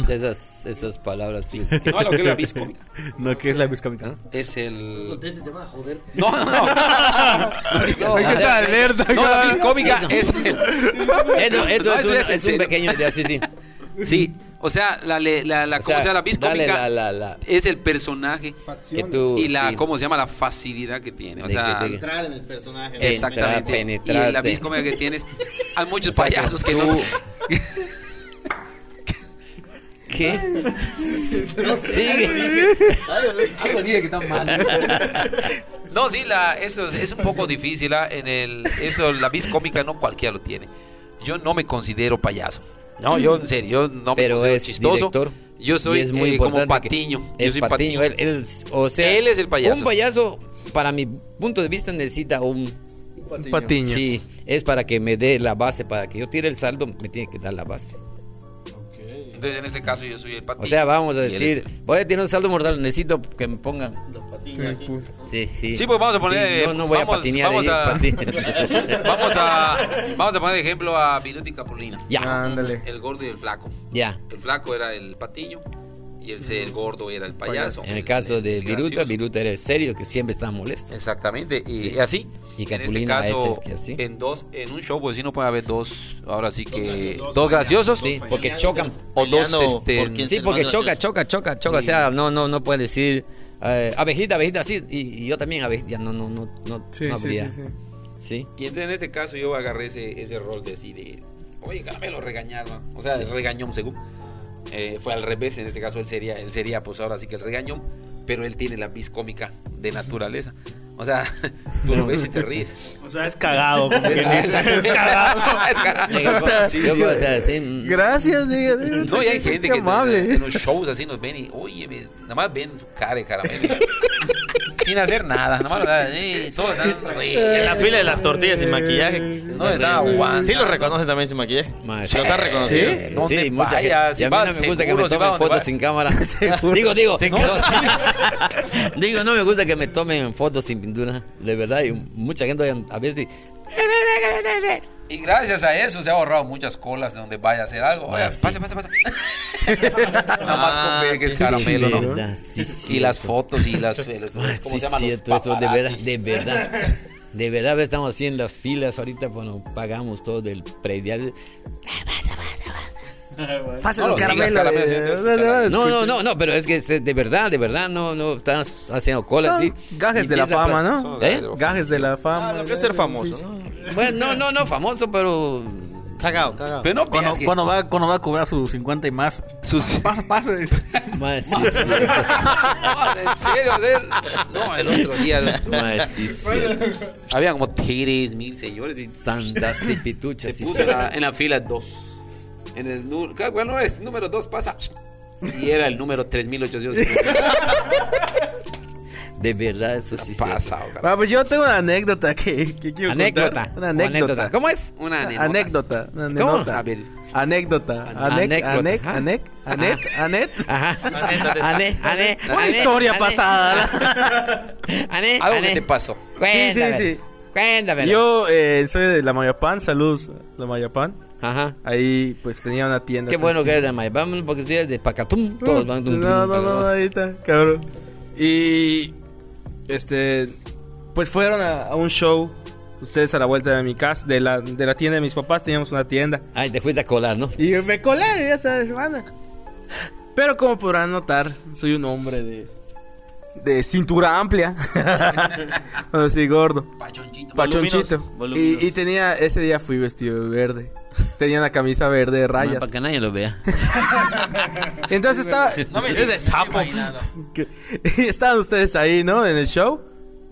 Esas, esas palabras, sí.
No, lo que es la vis cómica.
No, que es la biscómica.
Es el...
te van a joder.
No, no, no. No digas
No,
nada.
Hay que estar
¿eh?
alerta,
No, la vis
cabrón.
cómica es el...
Esto, esto
No,
es,
eso
una-
es en
es un
serio.
pequeño. ya, sí, sí.
Sí, o sea, la, le- la, la-
O
¿cómo
sea,
se llama? La vis
dale
cómica
la- la- la-
es el personaje
Que tú,
y la,
sí,
¿cómo se llama? La facilidad que tiene. O
De
sea,
que te-
Entrar en el personaje.
Entrar,
exactamente.
penetrarte.
Y la vis cómica que tienes, hay muchos
sea, que
payasos que
tú-
no...
¿Qué? Sigue.
No, sí, la, eso es, es un poco difícil. ah, En el, eso, la vis cómica no cualquiera lo tiene. Yo no me considero payaso. No, yo en serio, yo no me
Pero
considero
es
chistoso.
director.
Yo soy
y es muy
eh, como
importante que-
Patiño. Yo
Es
soy
patiño. Él, él- o sea,
Él es el payaso.
Un payaso, para mi punto de vista, necesita un
Un Patiño.
Sí, es para que me dé la base, para que yo tire el saldo, me tiene que dar la base.
Entonces, en este caso, yo soy el Patiño.
O sea, vamos
Y
a
él es
decir,
el-
voy a tirar un saldo mortal, necesito que me pongan. Sí, sí.
Sí, pues vamos a poner.
Sí, no, no voy
vamos,
a patinear.
Vamos
eh,
a,
patinear.
vamos a. Vamos a poner de ejemplo a Viruti Capulina.
ya,
Ándale.
El gordo y el flaco.
ya.
El flaco era el patiño y el, el gordo era el payaso.
En el caso de
el
Viruta,
gracioso.
Viruta era el serio, que siempre estaba molesto.
Exactamente, y
Sí.
así.
Y
en este
Capulina
caso,
es el que así.
en dos, en un show, pues sí no puede haber dos, ahora sí que, dos Eh, graciosos,
Sí, porque chocan.
o dos,
Peleando
este,
por quién
Sí,
es el
porque
más
choca,
gracioso.
choca, choca, choca. O sea, no, no, no pueden decir eh, abejita, abejita, sí. Y, y yo también abejita, no, no, no, no,
Sí,
no
sí, sí,
habría.
sí.
Sí.
y entonces en este caso yo agarré ese, ese rol de así de, oye, caramelo, regañar, ¿va? o sea, el regañón según, Eh, fue al revés, en este caso él sería, él sería, pues ahora sí que el regañón, pero él tiene la vis cómica de naturaleza, o sea, tú lo ves y te ríes.
O sea, es cagado, como quien
Ah,
dice.
exactamente.
Es cagado.
Ah, es cagado. Sí,
yo
sí.
puedo hacer así, mm,
Gracias, diga, diga.
No, y hay gente
Qué
que en,
amable.
en los shows así nos ven y, oye, me- nada más ven su cara de caramelo. sin hacer nada, nada más, nada, eh, todos están
En
riendo.
la fila de las tortillas sin maquillaje.
No, está aguanta.
Sí, lo reconocen también sin maquillaje.
Más.
¿Los has reconocido?
Sí,
¿Dónde
sí, mucha
vaya?
gente.
Si
Y a mí
va
no me gusta que
seguro,
me
si va
tomen
donde
fotos
va.
sin cámara. digo, digo.
Sin
no,
cámara.
digo, no me gusta que me tomen fotos sin pintura. De verdad, y mucha gente a veces.
Y gracias a eso se ha ahorrado muchas colas de donde vaya a hacer algo. Oiga,
Ah, sí.
Pasa, pasa, pasa. nada más con ver que es caramelo, ¿no?
verdad, sí,
Y las
cierto.
fotos y las. las-
Ah,
¿Cómo
sí,
se llaman? Los
cierto, eso, de verdad,
paparazzis.
de verdad. De verdad estamos así en las filas ahorita cuando pagamos todo del predial.
Pásalo,
No lo digas,
caramelo.
caramelo,
eh,
sí, te
No,
no, no,
no, no, no, pero es que este, de verdad, de verdad, no, no, estás haciendo cola.
Son
sí.
gajes
Y
de la
piensas,
fama,
Son
¿no?
gajes
¿Eh?
de la
Gajes de la fama.
Ah, lo que es ser famoso. ¿no?
Bueno, no, no, no, famoso, pero
Cagado, cagado.
Pero no
Cuando,
piensas que.
cuando va, cuando va a cobrar sus 50 y más.
Sus-
Pasa, pasa.
más sí, sí.
No, en serio, de él. No, el otro día.
Más sí, sí.
Había como tres mil señores y
Santa Cipitucha,
se
sí,
puso
sí.
en, la, en la fila 2. En el nu- claro, bueno, es número 2 pasa. Y era el número 3850.
De verdad, eso sí. sí.
Pasado, cara.
Ah, pues yo tengo una anécdota que, que quiero
Anécdota.
contar. Una anécdota.
¿Cómo es?
Una anécdota.
Anécdota. Una
¿Cómo?
anécdota.
A ver.
Anécdota. Anec,
Anécdota,
anec,
ajá.
anec, anet, anet.
Ajá. Ané, ané,
Una
ané,
historia
ané.
pasada.
Ané,
Algo
ané.
que te pasó.
Cuéntame.
Sí, sí, sí.
Cuéntame.
Yo eh, soy de la Mayapán, saludos, la Mayapán.
Ajá.
Ahí pues tenía una tienda.
Qué
así.
bueno que eres de Maybamun, porque si eres de Pacatum, todos van. dum, dum,
No, no, no,
dum.
ahí está, cabrón. Y este pues fueron a, a un show Ustedes a la vuelta de mi casa, de la, de la tienda de mis papás, teníamos una tienda.
Ay, te fuiste a colar, ¿no?
Y me colé ya sabes, semana. Pero como podrán notar, soy un hombre de. De cintura amplia. bueno, sí, gordo.
Pachonchito.
Pachonchito.
voluminoso.
Y, y tenía. Ese día fui vestido de verde. Tenía una camisa verde de
Nomás
rayas.
Para que nadie lo vea.
Entonces estaba.
No me
Es de sapo.
que- y estaban ustedes ahí, ¿no? En el show.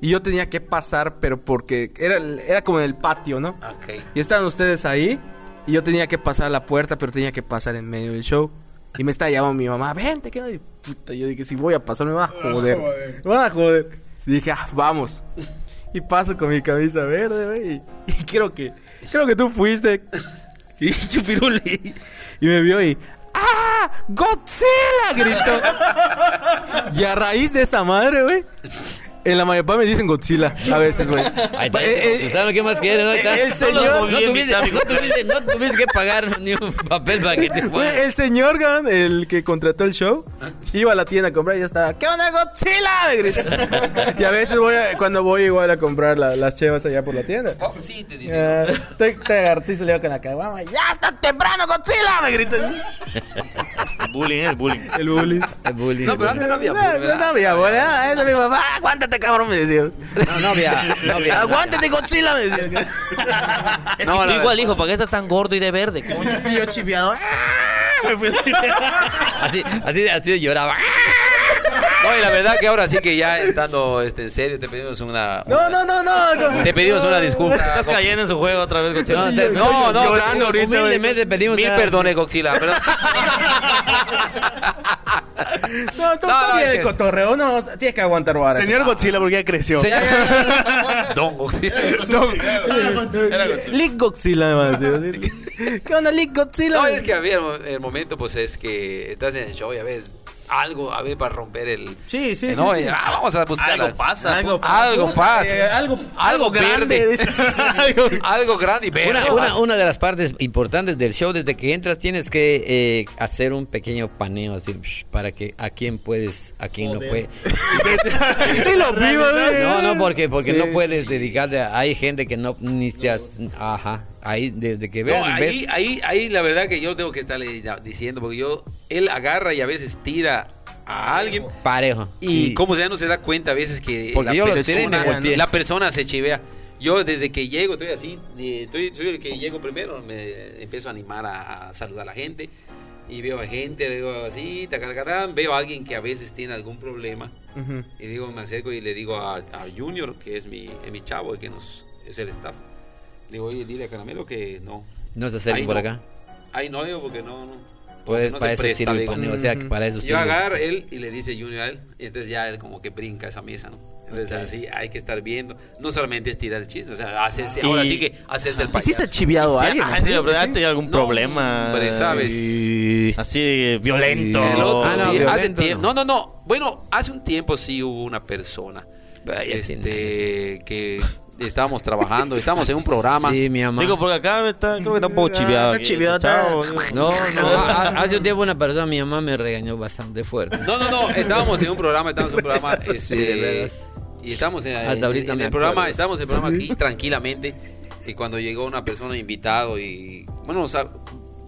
Y yo tenía que pasar, pero porque era, el- era como en el patio, ¿no?
Ok.
Y estaban ustedes ahí. Y yo tenía que pasar a la puerta, pero tenía que pasar en medio del show. Y me estaba llamando mi mamá, vente, que no. Y puta, yo dije, si voy a pasar, me van a joder. Me van a joder. Y dije, ah, vamos. Y paso con mi camisa verde, güey. Y, y creo que, creo que tú fuiste. Y Chupiruli. Y me vio y. ¡Ah! ¡Godzilla! gritó. Y a raíz de esa madre, güey. En la mayoría me dicen Godzilla a veces, güey.
Ahí está.
Eh, eh,
¿Saben qué más quieres? Ahí está.
el señor-
No tuviste, no, tuviste, no tuviste que pagar ni un papel para que te
Güey,
fueras.
el señor, gan, el que contrató el show, iba a la tienda a comprar y ya estaba, ¿qué onda Godzilla? Me grita. y a veces voy a- cuando voy igual a comprar la- las chevas allá por la tienda.
Oh, sí, te dice.
Ah, Te, te agarré y se le iba con la caguama. ¡Ya está temprano, Godzilla! Me grita.
Bullying, el bullying.
El bullying.
El bullying.
No, pero antes no había.
No, no, no, mi abuela, eso mi papá, aguántate, cabrón, me decía.
No, no había. No había.
Aguántate, Godzilla, me decía.
Es que tú igual, hijo, ¿para qué estás tan gordo y de verde? coño?
Y yo chiviado. "Eh". Me fui así.
Así, así, así lloraba.
No, y la verdad que ahora sí que ya estando este, en serio, te pedimos una.
No, no, no, no. no.
Te pedimos una disculpa.
Estás cayendo en su juego otra vez, Godzilla.
No, te-
No, no,
Llorando ahorita. Humildemente pedimos
Mil
una-
perdones, Godzilla. Pero...
No, tú
No, no, es
también el
que-
cotorreo, no, tienes que aguantar varas.
Señor Godzilla, porque ya creció.
Señor- Don Godzilla.
Lick Godzilla, me van a decir. así. ¿Qué onda, Lick Godzilla?
No, es que a ver, el momento, pues es que estás en el show y a veces algo, a ver, para romper el.
Sí, sí,
no,
sí, sí.
eh, ah, vamos a buscar
Algo pasa.
Algo pasa. Algo pasa.
Eh, algo, algo grande.
verde.
dice.
Algo grande y verde.
Una, una, una de las partes importantes del show, desde que entras, tienes que eh, hacer un pequeño paneo así psh, para que a quién puedes, a quién no puedes.
sí, lo pido, güey.
No,
pues,
no, porque, porque
Sí,
no puedes dedicarle. a- Hay gente que no ni te has- Ajá. Ahí, desde que vean,
No,
ves.
ahí, ahí, ahí la verdad que yo tengo que estarle ya- diciendo, porque yo, él agarra y a veces tira a alguien.
Parejo.
Y como ya no se da cuenta a veces que
Porque
la,
yo lo tiré y me
persona,
volteé.
la persona se chivea. Yo desde que llego estoy así, eh, estoy, soy el que llego primero, me empiezo a animar a, a saludar a la gente y veo a gente, le digo así, tacatarán, veo a alguien que a veces tiene algún problema
Ujú.
y digo, me acerco y le digo a, a Junior, que es mi, es mi chavo, que nos, es el staff, le digo, oye, dile a Caramelo que no.
No se acerquen
Ahí
por
no.
acá.
Ay, no, digo, porque no, no.
Por
porque
eso-
no
para
se
eso
presta",
sirve el
digo.
paneo. O sea, que para eso
Yo
sirve.
agarro él y le dice Junior a él, y entonces ya él como que brinca esa mesa, ¿no? Entonces así hay que estar viendo, no solamente es tirar el chiste, o sea, hacerse, ahora sí que hacerse el payaso.
Hiciste chiviado a alguien.
Ah,
así?
sí, la verdad, tenía algún
No,
problema.
hombre, ¿sabes?
Y-
Ah,
Así, eh, violento.
El otro
Ah, no,
día- hace
violento,
tiempo, no, no, no, bueno, hace un tiempo sí hubo una persona
Vaya, tiene
este, que estábamos trabajando, estábamos en un programa.
Sí, mi mamá.
Digo, porque acá está, creo que está un poco chiviado.
está
aquí,
chiviado,
este chavo, digo.
No, no, ha- ha- hace un tiempo una persona, mi mamá me regañó bastante fuerte.
No, no, no, estábamos en un programa, estábamos en un programa. Este,
de veras.
Y estábamos en,
Hasta
en-
ahorita
en
me
el programa,
acuerdo.
estábamos en el programa aquí tranquilamente. Y cuando llegó una persona invitado y bueno, o sea,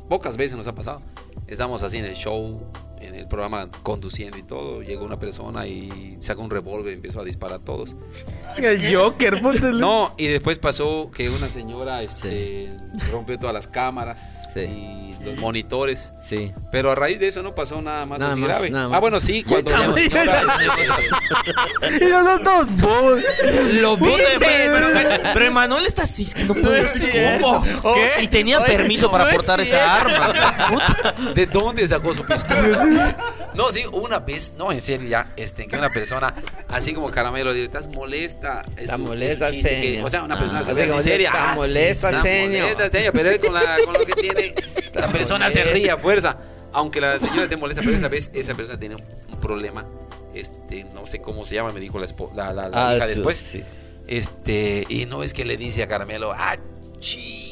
pocas veces nos ha pasado. Estamos así en el show, en el programa conduciendo y todo. Llegó una persona y sacó un revólver y empezó a disparar a todos.
El Joker, puta.
No, y después pasó que una señora este, rompió todas las cámaras
Sí.
y los monitores.
Sí.
Pero a raíz de eso no pasó nada más
Nada
así
más,
grave.
nada más.
Ah, bueno, sí, cuando
Ya
la
está,
señora-
Y nosotros todos bobos.
Lo
Puta, Pero,
viste.
pero- pero Emanuel está así, es que no puede ser. ¿Cómo?
¿Qué?
Y tenía
Oye,
permiso
no
para
es
portar esa
cierto.
arma.
¿De dónde sacó su pistola? No, sí, una vez, no, en serio, ya, este, que una persona, así como caramelo, digo, estás molesta. Es
Está
un- es un
molesta,
chiste que-
señor.
O sea, una
Ah,
persona que
así
sea
como
así
dice,
seria.
está
Ah, sí,
molesta,
está
señor.
molesta, señor, pero él con, la- con lo que tiene, la persona se
molesta.
ríe a fuerza. Aunque la señora te molesta, pero esa vez esa persona tiene un, un problema. Este, no sé cómo se llama, me dijo la, espo- la, la- la
Ah,
hija pues.
sí,
después.
sí.
Este, y no es que le dice a Caramelo, ah, chi,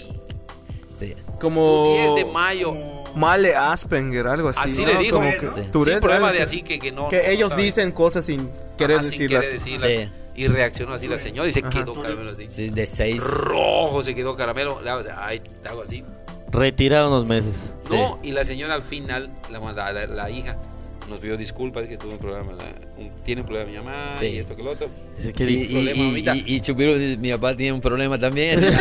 Sí.
Como.
10 de mayo.
Male Aspenger, algo así.
Así
¿no?
le digo.
Como
Sí.
que
Sí,
Tourette,
problema
algo
de así que- que no-
Que
no
ellos
saben.
dicen cosas sin querer
Ajá, sin
decirlas.
querer decirlas.
Sí.
Y reaccionó así la señora y se quedó caramelo así.
Sí, de seis.
Rojo se quedó caramelo. Le hago así, ay, le hago así.
Retirado unos meses.
No, y la señora al final, la, la, la- la hija, nos pidió disculpas que tuvo un problema. la- un- tiene un problema mi mamá
Sí.
y esto que lo otro.
Dice
Y,
que
Tiene un
y,
problema,
y,
mamita.
y- y Chupiro dice, mi papá tiene un problema también.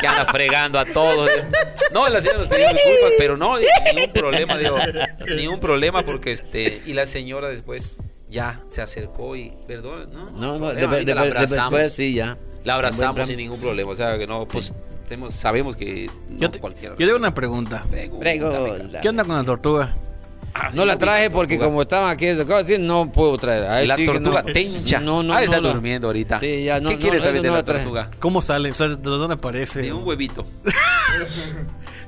que anda fregando a todos.
No, la señora nos pidió disculpas, pero no, ningún problema, digo, ningún problema porque este. Y la señora después ya se acercó y, perdón, no.
No, no,
problema,
de,
ahorita
ver- de,
la
ver- de ver-
abrazamos.
pues, sí, ya.
La abrazamos sin
Buen
ningún problema. O sea, que no, pues tenemos- sabemos que no
Yo, te-
cualquiera.
yo tengo una pregunta.
Pregúntame, cara.
¿Qué onda con la tortuga?
Ah, sí,
No la
vi
traje porque
tortuga.
como estaban aquí desde sí, no puedo traer. Ahí
La
sí que
tortuga
no.
te hincha.
No, no,
ah,
no,
está
no.
durmiendo ahorita.
Sí, ya, no,
¿Qué
no,
quieres
eso
saber de
no
la
la traje.
tortuga?
¿Cómo sale? O sea, ¿de dónde aparece?
De un huevito.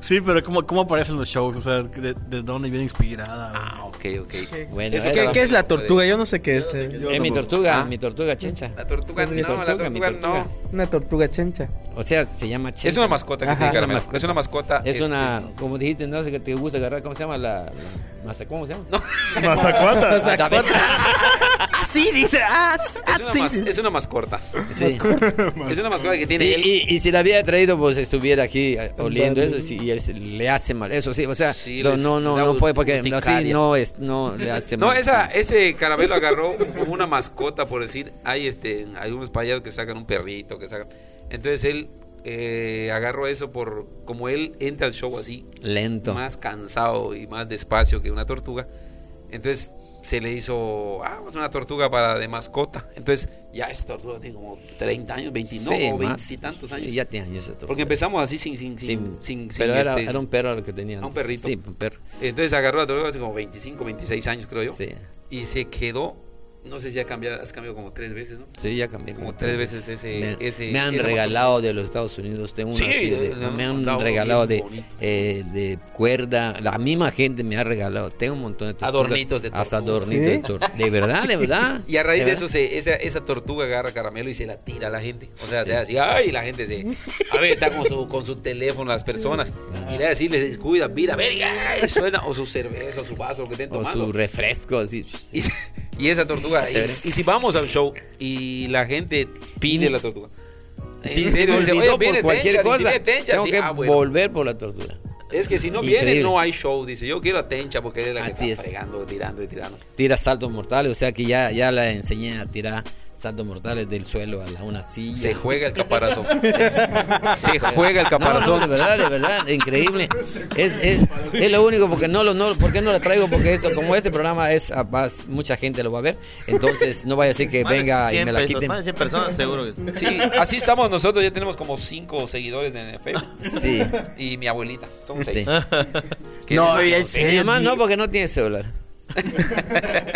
Sí, pero ¿cómo, cómo aparecen los shows? O sea, ¿de, de dónde viene inspirada?
Ah, ok, ok.
Bueno,
Eso
eh,
¿Qué,
que-
no.
qué es la tortuga? Yo no sé qué es. eh.
es mi tortuga, mi tortuga chencha.
La tortuga,
Es mi
no, la
mi
tortuga no.
Una tortuga chencha.
O sea, se llama chencha.
Es una mascota que
Ajá,
te
una
diga, Carmelo.
mascota.
Es una mascota.
Es
este,
una, como dijiste, no sé que te gusta agarrar, ¿cómo se llama? La, la masa- ¿Cómo se llama?
No,
Mazacuata.
Dame-
Así dice. Ah,
es una, mas- es una mascota.
Sí.
Es una mascota que
Y,
tiene él.
y- y si la había traído, pues estuviera aquí eh, oliendo eso sí, y él se- le hace mal. Eso sí, o sea,
Sí,
no,
les
no, no,
da
no puede porque
urticaria.
así no, es, no le hace
No,
mal.
esa,
Sí.
este caramelo agarró como una mascota, por decir. Hay este, algunos payasos que sacan un perrito, que sacan. Entonces él eh, agarró eso por. Como él entra al show así,
Lento.
más cansado y más despacio que una tortuga. Entonces se le hizo, ah, pues una tortuga para de mascota. Entonces ya esa tortuga tiene como 30 años, 29
Sí,
o
más.
20 y tantos años.
Ya tiene años. esa
Porque
tortuga.
empezamos así sin, sin,
Sí,
sin, sin, sin
pero era,
este-
era un perro lo que tenía.
a un perrito.
Sí, un perro.
Entonces agarró la tortuga hace como 25, 26 años, creo yo.
Sí.
Y se quedó, no sé si ha cambiado, has cambiado como tres veces, ¿no?
Sí, ya cambié.
Como tres veces ese-
Me,
ese-
me han
esa
regalado de los Estados Unidos. Tengo una
Sí,
así de-
le han
me han
mandado
regalado de,
bien bonito.
eh, de cuerda. La misma gente me ha regalado. Tengo un montón de tortugas.
Adornitos de
Hasta
tortugas.
adornitos de tortugas. De verdad, de verdad.
Y a raíz de
verdad.
eso, se- esa, esa tortuga agarra caramelo y se la tira a la gente. O sea, se hace así, ay, y la gente se. A ver, está con su, con su teléfono las personas. Y le decir, les descuida, mira, verga, y suena. O su cerveza, o su vaso, lo que estén
O
tomando.
su refresco, así.
y, y esa tortuga. Y, y si vamos al show y la gente pide la tortuga.
Sí,
En
se
serio,
me
dice,
olvidó
"Oye,
por
viene
cualquier
Tencha,
cosa.
dice, "Viene Tencha".
Tengo
Sí,
que
ah, bueno.
volver por la tortuga.
Es que si no
Increíble.
viene, no hay show. Dice, yo quiero a Tencha porque ella es la que
Así
está
es.
fregando, tirando y tirando.
Tira saltos mortales. O sea que ya, ya la enseñé a tirar saltos mortales del suelo a la, una silla.
Se juega el caparazón. Se juega el
No, no,
caparazón.
de verdad, de verdad, increíble. Es, es, es lo único porque no lo no, porque no la traigo porque esto como este programa es a más- mucha gente lo va a ver, entonces no vaya a decir que
Más de
venga y
100
me la
pesos,
quiten.
Más de 100 personas, seguro que sí.
Sí, así estamos nosotros, ya tenemos como cinco seguidores en Facebook.
Sí.
Y mi abuelita, somos
Sí.
seis. Que
No,
tenemos-
y en
Mi
serio.
mamá no
di-
porque no tiene celular.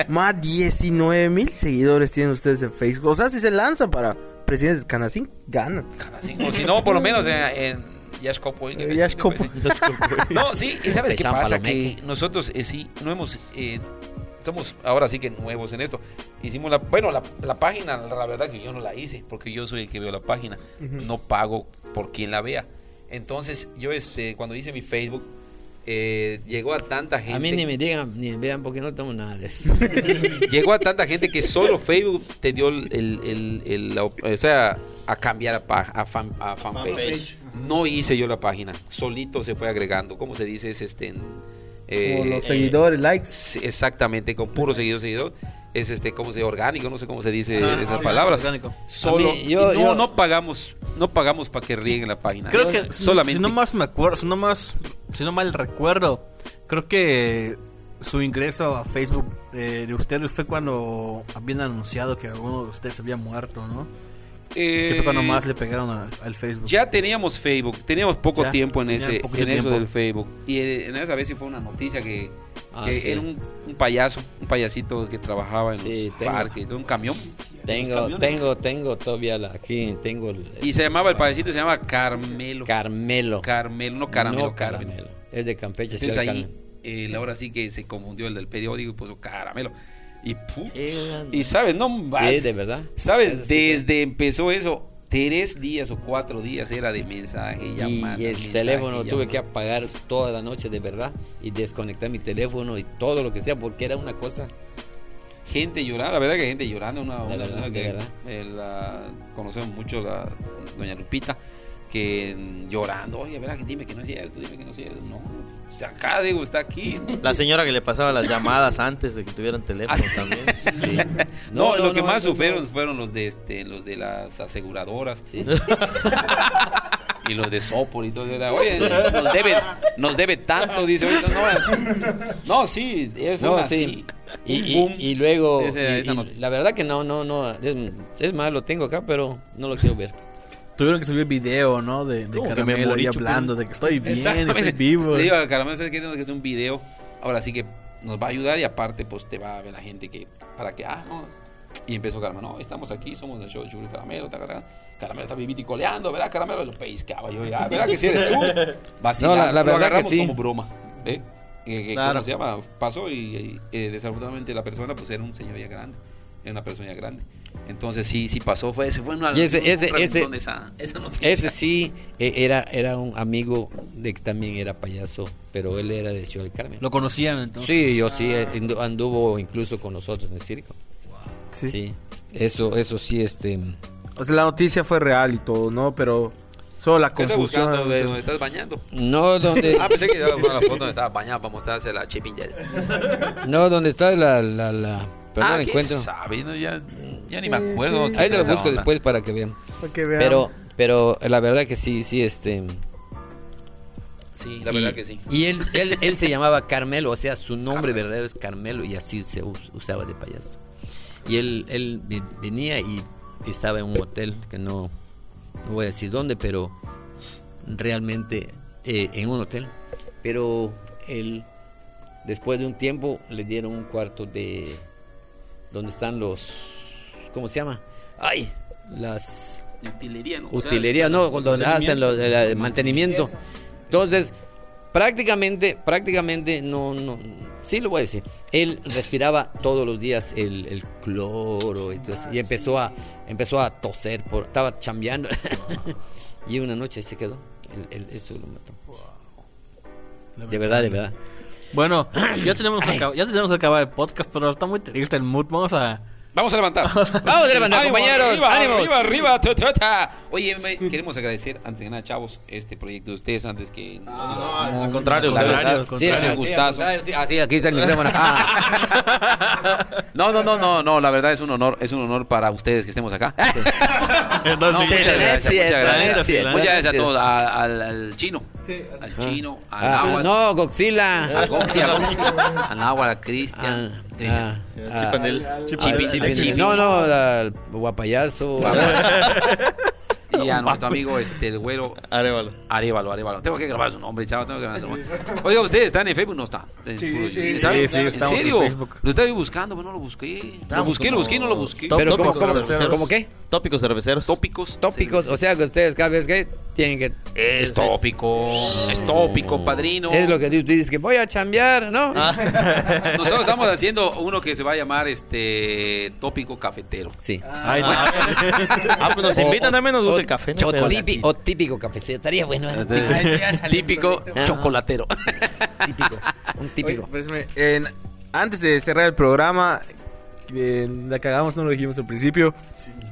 Más 19 mil seguidores tienen ustedes en Facebook. O sea, si se lanza para presidentes de Canacín, ganan.
Así, o si no, por lo menos eh, en, Yaxcopoil, que
Eh,
me-
Yaxcopoil.
No, sí, y ¿sabes qué
Pechán
pasa?
Palomeque.
Que nosotros eh, sí, no hemos... eh, Somos ahora sí que nuevos en esto. Hicimos la... Bueno, la, la página, la verdad que yo no la hice, porque yo soy el que veo la página. No pago por quien la vea. Entonces, yo este cuando hice mi Facebook, eh, llegó a tanta gente...
A mí ni me digan ni me vean porque no tengo nada de eso.
Llegó a tanta gente que solo Facebook te dio el, el- el- el- la op- o sea, a cambiar a, pa- a fan- a fanpage.
Fanpage.
No hice yo la página, solito se fue agregando. ¿Cómo se dice? Es este, en, eh,
Como los
eh,
seguidores, likes.
sí, exactamente, con puro seguidor, seguidor. Es este, ¿cómo se dice? Orgánico, no sé cómo se dice esas palabras.
orgánico.
Solo,
A mí, yo-
y no,
yo-
no pagamos, no pagamos para que rieguen la página.
Creo que
solamente.
Si no más me acuerdo, si no más, si no mal recuerdo, creo que su ingreso a Facebook eh, de ustedes fue cuando habían anunciado que alguno de ustedes había muerto, ¿no?
Eh,
Que fue cuando más le pegaron al, al Facebook.
Ya teníamos Facebook, teníamos poco
Ya,
tiempo en
tenían
ese
poquito
en eso
tiempo.
del Facebook. Y eh, en esa vez sí fue una noticia que,
Ah,
que
sí.
era un, un payaso, un payasito que trabajaba en
Sí,
los
tengo.
parques, de un camión.
tengo, tengo, tengo todavía la, aquí, tengo el,
Y se llamaba el payasito, se llamaba Carmelo.
Carmelo.
Carmelo, no Caramelo,
No,
Carmelo.
Caramelo. Es de Campeche,
Entonces
Ciudad de
ahí,
Carmen.
eh, ahora sí que se confundió el del periódico y puso Caramelo. Y, pu- y sabes, no más.
Eh, Sí, de verdad.
¿Sabes? Desde empezó eso, tres días o cuatro días era de mensaje,
Y
llamada.
el teléfono tuve que apagar toda la noche de verdad y desconectar mi teléfono y todo lo que sea porque era una cosa.
Gente llorando, la verdad que gente llorando. Una, una-
verdad,
una
de
que,
verdad.
eh, la- conocemos mucho la doña Lupita, que mm, llorando, oye, ¿verdad que dime que no es cierto? Dime que no es cierto. No, está acá, digo, está aquí.
La señora que le pasaba las llamadas antes de que tuvieran teléfono también.
No,
No, no,
lo que
no,
más
no,
sufrieron fueron los de este, los de las aseguradoras. y los de Sopor y todo. Oye, nos debe, nos debe tanto, dice. oye, no, no, no, sí, eh, fue
No,
una
sí.
sí.
Y,
Un
y-
boom.
y luego,
Esa-
y-
esa
y
noticia.
la verdad que no, no, no. Es, es más, lo tengo acá, pero no lo quiero ver.
Tuvieron que subir video, ¿no? De, de
Como que me
Caramelo
morí,
ahí
chupé.
hablando de que estoy bien, estoy
Exactamente.
vivo.
Le digo a Caramelo, ¿sabes qué? Tenemos que hacer un video. Ahora sí que nos va a ayudar y aparte, pues te va a ver la gente que. Para que. Ah, no. Y empezó Caramelo, no, estamos aquí, somos del show de Chulo y Caramelo. taca, taca. Caramelo está vivito y coleando, ¿verdad? Caramelo lo pescaba yo, ya, ¿verdad que si eres tú? Vacilando,
No, la- la
lo
verdad que
agarramos
sí.
como broma. ¿eh? Que- que-
Claro.
¿Cómo se llama? Pasó y, y, eh, desafortunadamente la persona, pues era un señor ya grande. Era una persona ya grande. Entonces sí, sí pasó, fue ese, fue una
Y ese-
un
ese-
reventón
ese-
de esa, esa noticia.
Ese sí eh, era, era un amigo de que también era payaso, pero él era de Ciudad del Carmen.
Lo conocían entonces.
Sí, yo sí, eh, andu- anduvo incluso con nosotros en el circo. Sí. Eso, eso sí, este...
O sea, la noticia fue real y todo, ¿no? Pero solo la
¿Qué estás
confusión.
buscando de donde estás bañando?
No donde,
Ah, pensé que iba a poner la foto donde estaba bañada para mostrarse la chipinjal.
no donde está la... la, la pero no
Ah,
la
¿quién
encuentro. Mm,
sabe? No, ya, ya ni me acuerdo.
Ahí te lo
Esa
busco
onda.
después para que vean.
Para que vean.
Pero, pero la verdad que sí, sí, este...
Sí, la verdad
y,
que sí.
Y él, él, él se llamaba Carmelo, o sea, su nombre verdadero es Carmelo y así se us- usaba de payaso. Y él, él ve- venía y estaba en un hotel, que no, no voy a decir dónde, pero realmente eh, en un hotel. Pero él, después de un tiempo, le dieron un cuarto de donde están los, ¿cómo se llama? Ay, las
Utilería, ¿no?
utilería, no, donde hacen lo- el, el mantenimiento. Entonces, prácticamente, prácticamente, no, no, sí lo voy a decir. Él respiraba todos los días el, el cloro entonces, y empezó a, empezó a toser, por, estaba chambeando. y una noche se quedó. El- el- eso lo mató. De verdad, de verdad.
Bueno, ya tenemos, que acab- ya tenemos que acabar el podcast, pero está muy triste el mood. Vamos a.
Vamos a levantar.
Vamos a levantar, compañeros.
Arriba,
¡Ánimos!
arriba, arriba, ta, ta, ta. Oye, me- queremos agradecer, antes que nada, chavos, este proyecto de ustedes antes que...
Al contrario,
Al contrario, al
ustedes.
Sí,
contrario.
contrario,
sí,
gustazo.
sí, así, aquí está el micrófono. Ah,
No, no, no, no, no, la verdad es un honor, es un honor para ustedes que estemos acá. No,
Entonces,
muchas
sí,
gracias,
sí,
muchas
sí,
gracias.
sí,
Muchas gracias a
sí.
todos, a- al, al chino, al chino, al
ah,
agua,
no, Godzilla.
al Goxi, al Goxi, al agua, a Cristian,
Ah,
Cristian.
ah, ah.
Chipi, Chipi, Chipi.
No, no, al guapayazo.
y a nuestro amigo este, el güero
Arévalo.
Arevalo, Arevalo. Tengo que grabar su nombre, chaval, tengo que grabar su nombre. Oiga, ustedes están en Facebook, no están. En-
Sí, sí,
¿Están?
sí, sí,
¿En
estamos en
serio?
Facebook.
Lo estaba buscando, pero no lo busqué. Lo busqué, lo busqué y no lo busqué.
Top-
Pero ¿cómo,
Tópicos
cómo,
cerveceros.
¿cómo qué?
Tópicos cerveceros.
Tópicos.
Tópicos, o sea que ustedes cada vez que tienen que...
Es tópico, es tópico, padrino.
Es lo que tú dices, que voy a chambear, ¿no?
Ah.
Ah,
Nosotros estamos haciendo uno que se va a llamar este tópico cafetero.
Sí.
Ay, no.
Ah, pues nos
O-
invitan también, nos gusta
o-
el café. ¿no?
O,
Pero-
típi- o típico cafecito, estaría bueno. ¿eh?
Típico chocolatero.
Ah.
Típico, un
Oye,
típico.
pues, me- en- antes de cerrar el programa, eh, la cagamos, no lo dijimos al principio.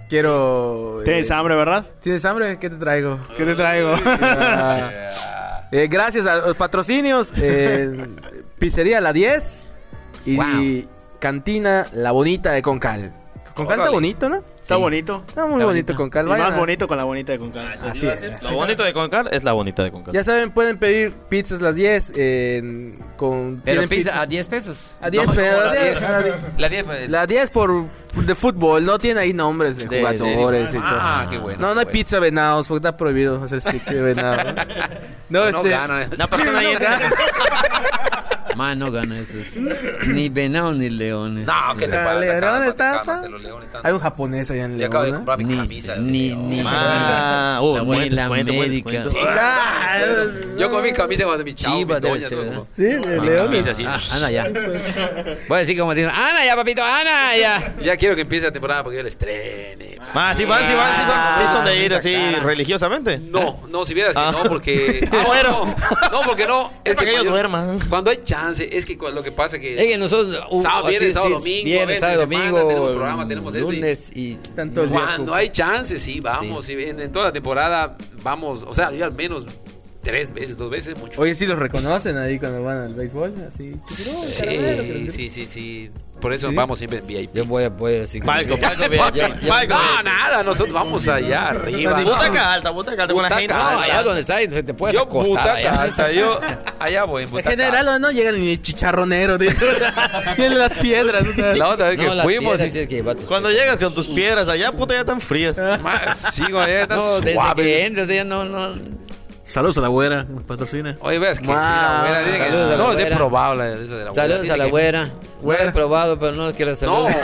Quiero. eh,
Tienes hambre, ¿verdad?
¿Tienes hambre? ¿Qué te traigo?
¿Qué te traigo?
Ah, eh, gracias a los patrocinios. eh, pizzería La 10 y Cantina La Bonita de Concal. Concal está
Órale.
bonito, ¿no?
Está bonito.
Está muy bonito Concal.
Y
vayan
más
a-
bonito con la bonita de Concal.
Así es.
Lo bonito de Concar es la bonita de Concar.
Ya saben, pueden pedir pizzas las 10 eh, con...
Pero
tienen
pizza a
pizzas
10 pesos.
a 10,
ah, No,
pero
no, la
a 10,
10.
a 10.
La 10. pues,
Ah,
La 10 por de fútbol, no tiene ahí nombres de
De-
jugadores y todo.
Ah, qué bueno.
no, no hay
qué bueno.
pizza venados, porque está prohibido hacer stick de venado. No,
No
este.
ganan.
Una persona ahí.
Mano gana esos. Ni venado ni leones.
No, ¿qué te pasa?
León
Cálmate,
está-
cálmate, los leones están-
Hay un japonés allá en
Yo acabo de
León. ¿no?
comprar mi
Ni,
camisa. de
ni,
león.
ni,
Ah, oh,
la
buenos
buena
cuentos, buenos
médica.
cuentos.
Sí.
Ah,
Yo con mi camisa más de mi chavo,
Chiva
mi
debe
doña,
ser,
todo
¿verdad?
como-
Sí, de
mi
Leones.
camisa así.
Ah, Ana ya. Voy a decir como dicen, Ana ya, papito, Ana ya.
Ya quiero que empiece la temporada porque yo les estrene. pa.
Ah, sí van, sí van, sí son, sí son de ir así religiosamente.
No, no, si vieras
Ah.
que no, porque.
Ah, bueno.
No, no, porque no.
Es para que ellos
cuando-
duerman.
Cuando hay chance, es que cu- lo que pasa que.
Es que nosotros. uh,
Sábado, viernes,
así,
sábado,
sí,
domingo,
Viernes,
viernes,
sábado,
semana,
domingo.
tenemos programa, tenemos este.
lunes y.
Tanto el día.
Cuando hay chance, sí, vamos. y En, en toda la temporada vamos, o sea, yo al menos tres veces, dos veces, mucho.
Oye, sí los reconocen ahí cuando van al béisbol. Así.
sí, sí, sí, sí. Por eso vamos siempre en VIP.
Yo voy a, voy a decir. como-
Palco, palco,
ya- ya-
palco.
No, nada, nosotros vamos allá arriba.
Butaca alta, butaca alta, buena
Butaca
gente.
No, allá
alta.
donde está, se te
Pues,
puede
Yo
acostar. allá.
butaca alta, yo allá voy en
En
Pues
butaca
general,
alta.
no llegan ni chicharronero. de- Ni en las piedras. ¿no?
La otra vez
No,
que
las
fuimos,
piedras, sí, es que va a tus-
Cuando llegas con tus piedras allá, puta, ya están frías.
más, sí, güey, está
No, desde que
eh, suave.
entras, ya no, no.
Saludos a la güera, nos patrocina.
Oye, ves que sí,
Ma,
la abuela dice que
saludos a la
no,
abuela.
es probable la esa de la abuela.
Saludos
Dice
a la
que-
güera. No he
Güera.
probado, pero no quiero
No.
saludar.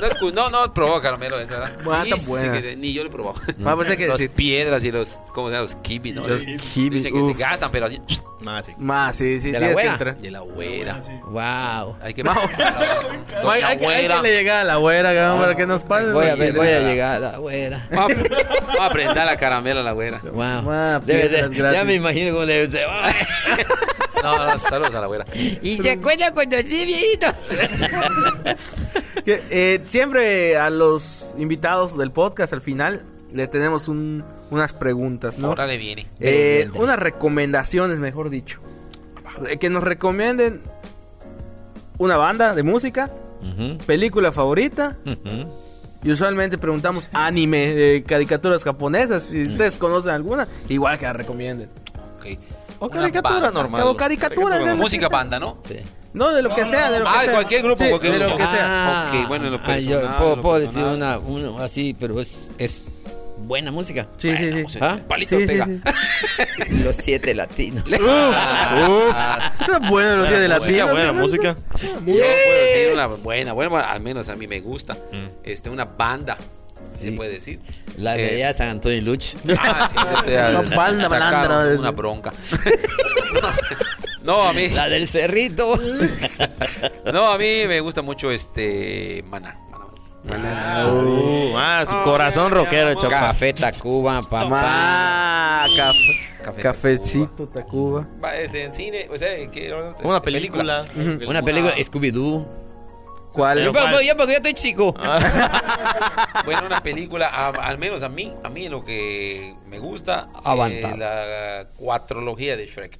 no, es cu- no, no probó Carmelo esa, ¿verdad?
Buena, tan
Dice
buena.
que de- ni yo le he probado.
Mm.
Ah, pues hay que
los
decir-
piedras y los, ¿cómo se llama? Los kibis, ¿no?
Los kibis,
Dicen que
uf.
se gastan, pero así,
Ah, sí.
Más, sí, sí,
De la
tienes que
abuela.
entrar.
de la güera.
Wow.
Hay que... Doña
Hay, hay que- hay
güera.
que le llegar a la güera, cabrón, para que nos pase.
Voy a,
las
ver, voy
piedras.
a llegar a la güera.
Va a- va a prender la caramela a la güera.
Wow.
Ah,
Debe
piedras
ser-
gratis.
ya me imagino cómo debe ser.
No, no, saludos a la güera.
y se acuerda cuando sí, viejito.
Que, eh, siempre a los invitados del podcast, al final, le tenemos un- unas preguntas, ¿no?
Ahora le viene.
Eh, unas recomendaciones, mejor dicho. Eh, Que nos recomienden una banda de música, película favorita. Y usualmente preguntamos anime, eh, caricaturas japonesas. Si ustedes conocen alguna, igual que la recomienden.
Ok.
O
Oh,
Una
caricatura
banda.
normal.
O caricaturas. de lo que
Música
sea.
banda, ¿no?
Sí.
No, de lo que sea. De lo
Ah,
que
de
sea.
cualquier grupo,
Sí,
cualquier
de lo
grupo.
que sea.
ok, bueno, en lo
ah, yo
personal, en
puedo,
lo
puedo decir
personal.
una, una así, pero es, es buena música.
Sí, sí, sí.
¿Ah?
Palito
Sí, sí,
Ortega.
sí.
Los siete latinos.
Uf, está bueno los días de la
Música,
tía.
buena música.
Yo puedo decir una buena, buena, bueno, al menos a mí me gusta.
Mm.
Este, una banda,
Sí.
se puede decir.
La de
Eh,
allá, San Antonio y Luch.
Ah, sí, te- te-
Una banda
sacaron
malandra.
Una bronca. No, a mí,
La del cerrito.
no, a mí me gusta mucho este Maná. Maná.
Uh, ah, su corazón rockero, chapa.
Café Tacuba, papá.
Ma, café.
Café
Ah, Cafecito Tacuba.
Va, este, en cine, o sea, ¿en qué orden?
Una
Este,
película.
Una película, Scooby-Doo.
¿Cuál?
Yo, porque yo, porque yo estoy chico.
Bueno, una película, a- al menos a mí, a mí lo que me gusta
Avanzado.
es la cuatrología de Shrek.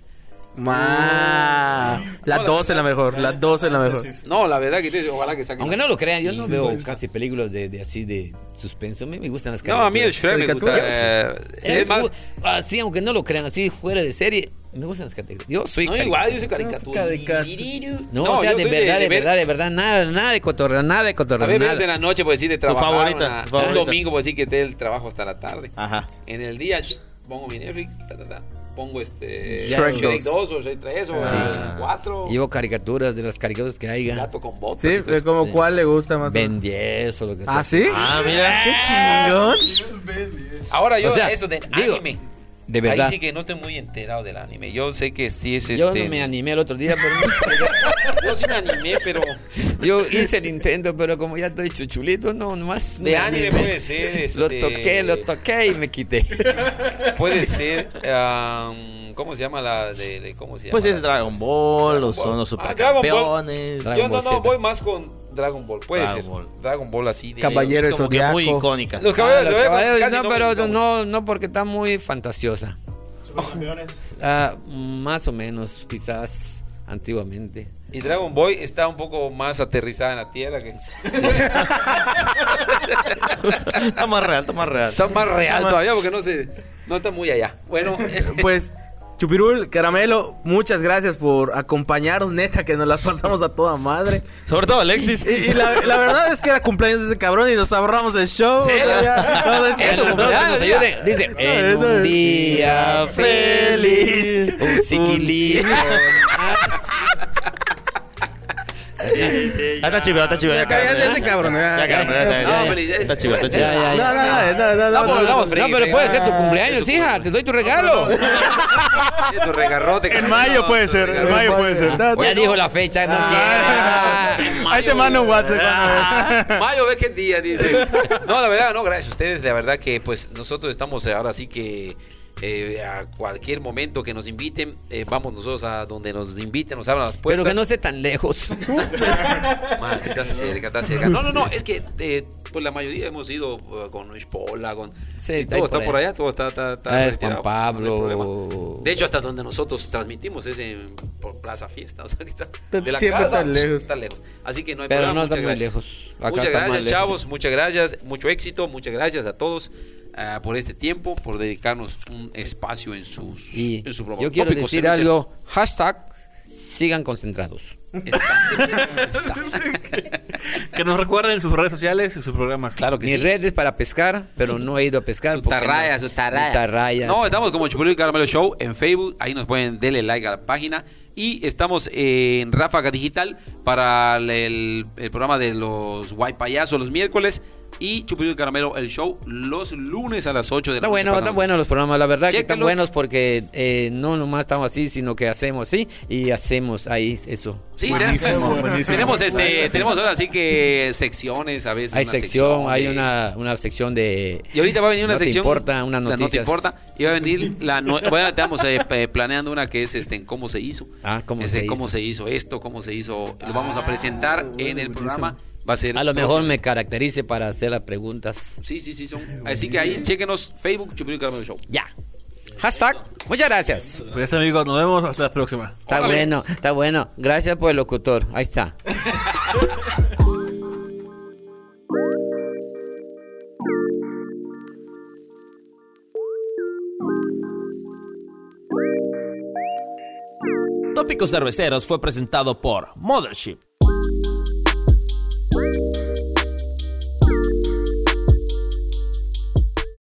Ma. La 12 es la mejor. La 12 es la mejor.
No, la verdad que te- ojalá que saquen.
Aunque no lo crean, yo no veo casi películas de, de así de suspenso. A mí me gustan las
No, a mí el
caricaturas.
Shrek me gusta. eh,
Eh,
es más,
u- así, aunque no lo crean, así fuera de serie, me gustan las caricaturas. Yo soy
no,
cari-
igual, yo soy caricatura.
No, o sea,
yo
de
soy
verdad,
ver-
de, verdad, de verdad, nada, nada de cotorra, nada de
A
cotorra.
ver,
nada.
vienes en la noche, pues sí, de trabajar.
favorita,
una-
su favorita.
Un domingo, pues sí, que esté el trabajo hasta la tarde.
Ajá.
En el día, sh- pongo mi Netflix, ta, ta, ta, pongo este.
Shrek
Shrek 2 o Shrek 3 o Shrek 4.
Llevo caricaturas de las caricaturas que haya.
Gato con botas.
Sí,
y cosas.
pero pues, como
sí. pues,
cuál le gusta más. o menos.
Ben 10 o lo que sea.
¿Ah, sí?
Ah, mira.
¡Qué chingón!
Ahora yo,
O sea,
eso del
digo,
anime.
De verdad.
Ahí sí que no estoy muy enterado del anime. Yo sé que sí es
Yo
este.
no me animé el otro día, pero
Yo sí me animé, pero.
yo hice el intento, pero como ya estoy chuchulito, no, nomás.
De
me
anime
animé.
puede ser. Este,
Lo toqué, lo toqué y me quité.
Puede ser. am, ¿Cómo se llama la de, de- cómo se llama?
Pues es
las-
Dragon Ball, los son los
Ah, Dragon Ball.
supercampeones.
Yo
Dragon
no,
Ball
no,
Z.
voy más con Dragon Ball. Puede
Dragon
ser.
Ball.
Caballero Ball así de.
Caballero
Es como que
Zodiaco.
muy icónica.
Los
Ah,
caballeros
los
de Zodiaco
caballeros,
casi
no, pero
me-
no, no, porque está muy fantasiosa. Ah, más o menos, quizás antiguamente.
Y Dragon Ball está un poco más aterrizada en la tierra. Que...
Está más real, está más real.
Está más real todavía porque no se. No está muy allá. Bueno,
Pues, Chupirul, Caramelo, muchas gracias por acompañarnos, neta, que nos las pasamos a toda madre.
Sobre todo Alexis.
Y, y la, la verdad es que era cumpleaños de ese cabrón y nos ahorramos el show.
Sí,
o sea, ya- no, no es
sí,
cierto.
tu
Todos que nos
cumpleaños, ya.
ayuden. Dice, en un día feliz, un chiquilín.
sí, sí.
Ah, está chido, está chido. Ya,
Ya, ya,
cabrón,
ese cabrón. ya.
Ya, cabrón, ya, ya, ya,
No,
ya.
pero es-
Está chido, está chido.
Ya, ya,
No,
ya.
no, no, no,
No,
no, no,
pero,
no.
no, frío,
no, pero
frío.
puede ser tu
Ah,
cumpleaños,
eso
hija.
puede.
Te doy tu regalo.
Tu regarrote,
En
carnal.
mayo puede
Tu
ser, en
regarrote.
mayo puede ser. Ah.
Ya dijo la fecha, no quiere.
Ahí te mando un WhatsApp.
Ah, Mayo, ve qué día, dice. No, la verdad, no, gracias a ustedes. La verdad que pues nosotros estamos eh, ahora sí que eh, a cualquier momento que nos inviten, eh, vamos nosotros a donde nos inviten, nos abran las puertas.
Pero que no esté tan lejos.
Más, está cerca, está cerca. No, no, no, es que eh, pues la mayoría hemos ido eh, con Ispola, con...
Sí,
y
está ahí
todo está
por
por,
ahí.
allá, todo está... está, está
Ah, el
retirado,
Juan Pablo.
no hay problema. de hecho, hasta donde nosotros transmitimos es en por Plaza Fiesta, o sea, que está, de la
siempre
casa,
tan lejos.
está lejos. Así que no hay
Pero
problema.
no está
muchas
muy
gracias.
lejos. Acá
muchas
está más
gracias,
lejos.
chavos. Muchas gracias. Mucho éxito. Muchas gracias a todos ah, por este tiempo, por dedicarnos un espacio en, sus,
Y
en su programa.
yo quiero
Tópicos
decir
Cerveceros.
algo. Hashtag sigan concentrados.
Que nos recuerden sus redes sociales y sus programas.
Claro que
Mis
sí.
redes para pescar, pero no he ido a pescar.
Su
porque no-
tarraya, su tarraya.
Mi tarraya,
No,
sí.
estamos como Chupulín y Caramelo Show en Facebook. Ahí nos pueden darle like a la página. Y estamos en Ráfaga Digital para el, el- el programa de los Guay Payasos los miércoles. Y Chupulín y Caramelo, el show los lunes a las 8 de la
Está
noche.
bueno, están
Pasamos.
buenos los programas, la verdad que están
Chéquenlos.
buenos porque eh, no nomás estamos así, sino que hacemos así y hacemos ahí eso.
Sí,
Buenísimo,
tenemos,
buenísimo.
tenemos este, tenemos ahora sí que secciones a veces.
Hay
una
sección, hay
de-
una, una sección de...
Y ahorita va a venir una
No te
sección.
importa, unas
la No te
noticias.
importa. Y va a venir la. nue- bueno, estamos eh, pe- planeando una que es este, en cómo se hizo.
Ah, cómo
Este,
se
cómo
hizo. Ah,
se hizo esto, cómo se hizo. Lo vamos a presentar en el programa. Va a ser.
A lo mejor me caracterice para hacer las preguntas.
Sí, sí, sí, son. Así que ahí, chequenos Facebook, Chupirú y Caramelo Show.
Ya. Hashtag, muchas gracias.
Pues amigos, nos vemos hasta la próxima.
Está
Órale.
bueno, está bueno. Gracias por el locutor. Ahí está.
Tópicos Cerveceros fue presentado por Mothership,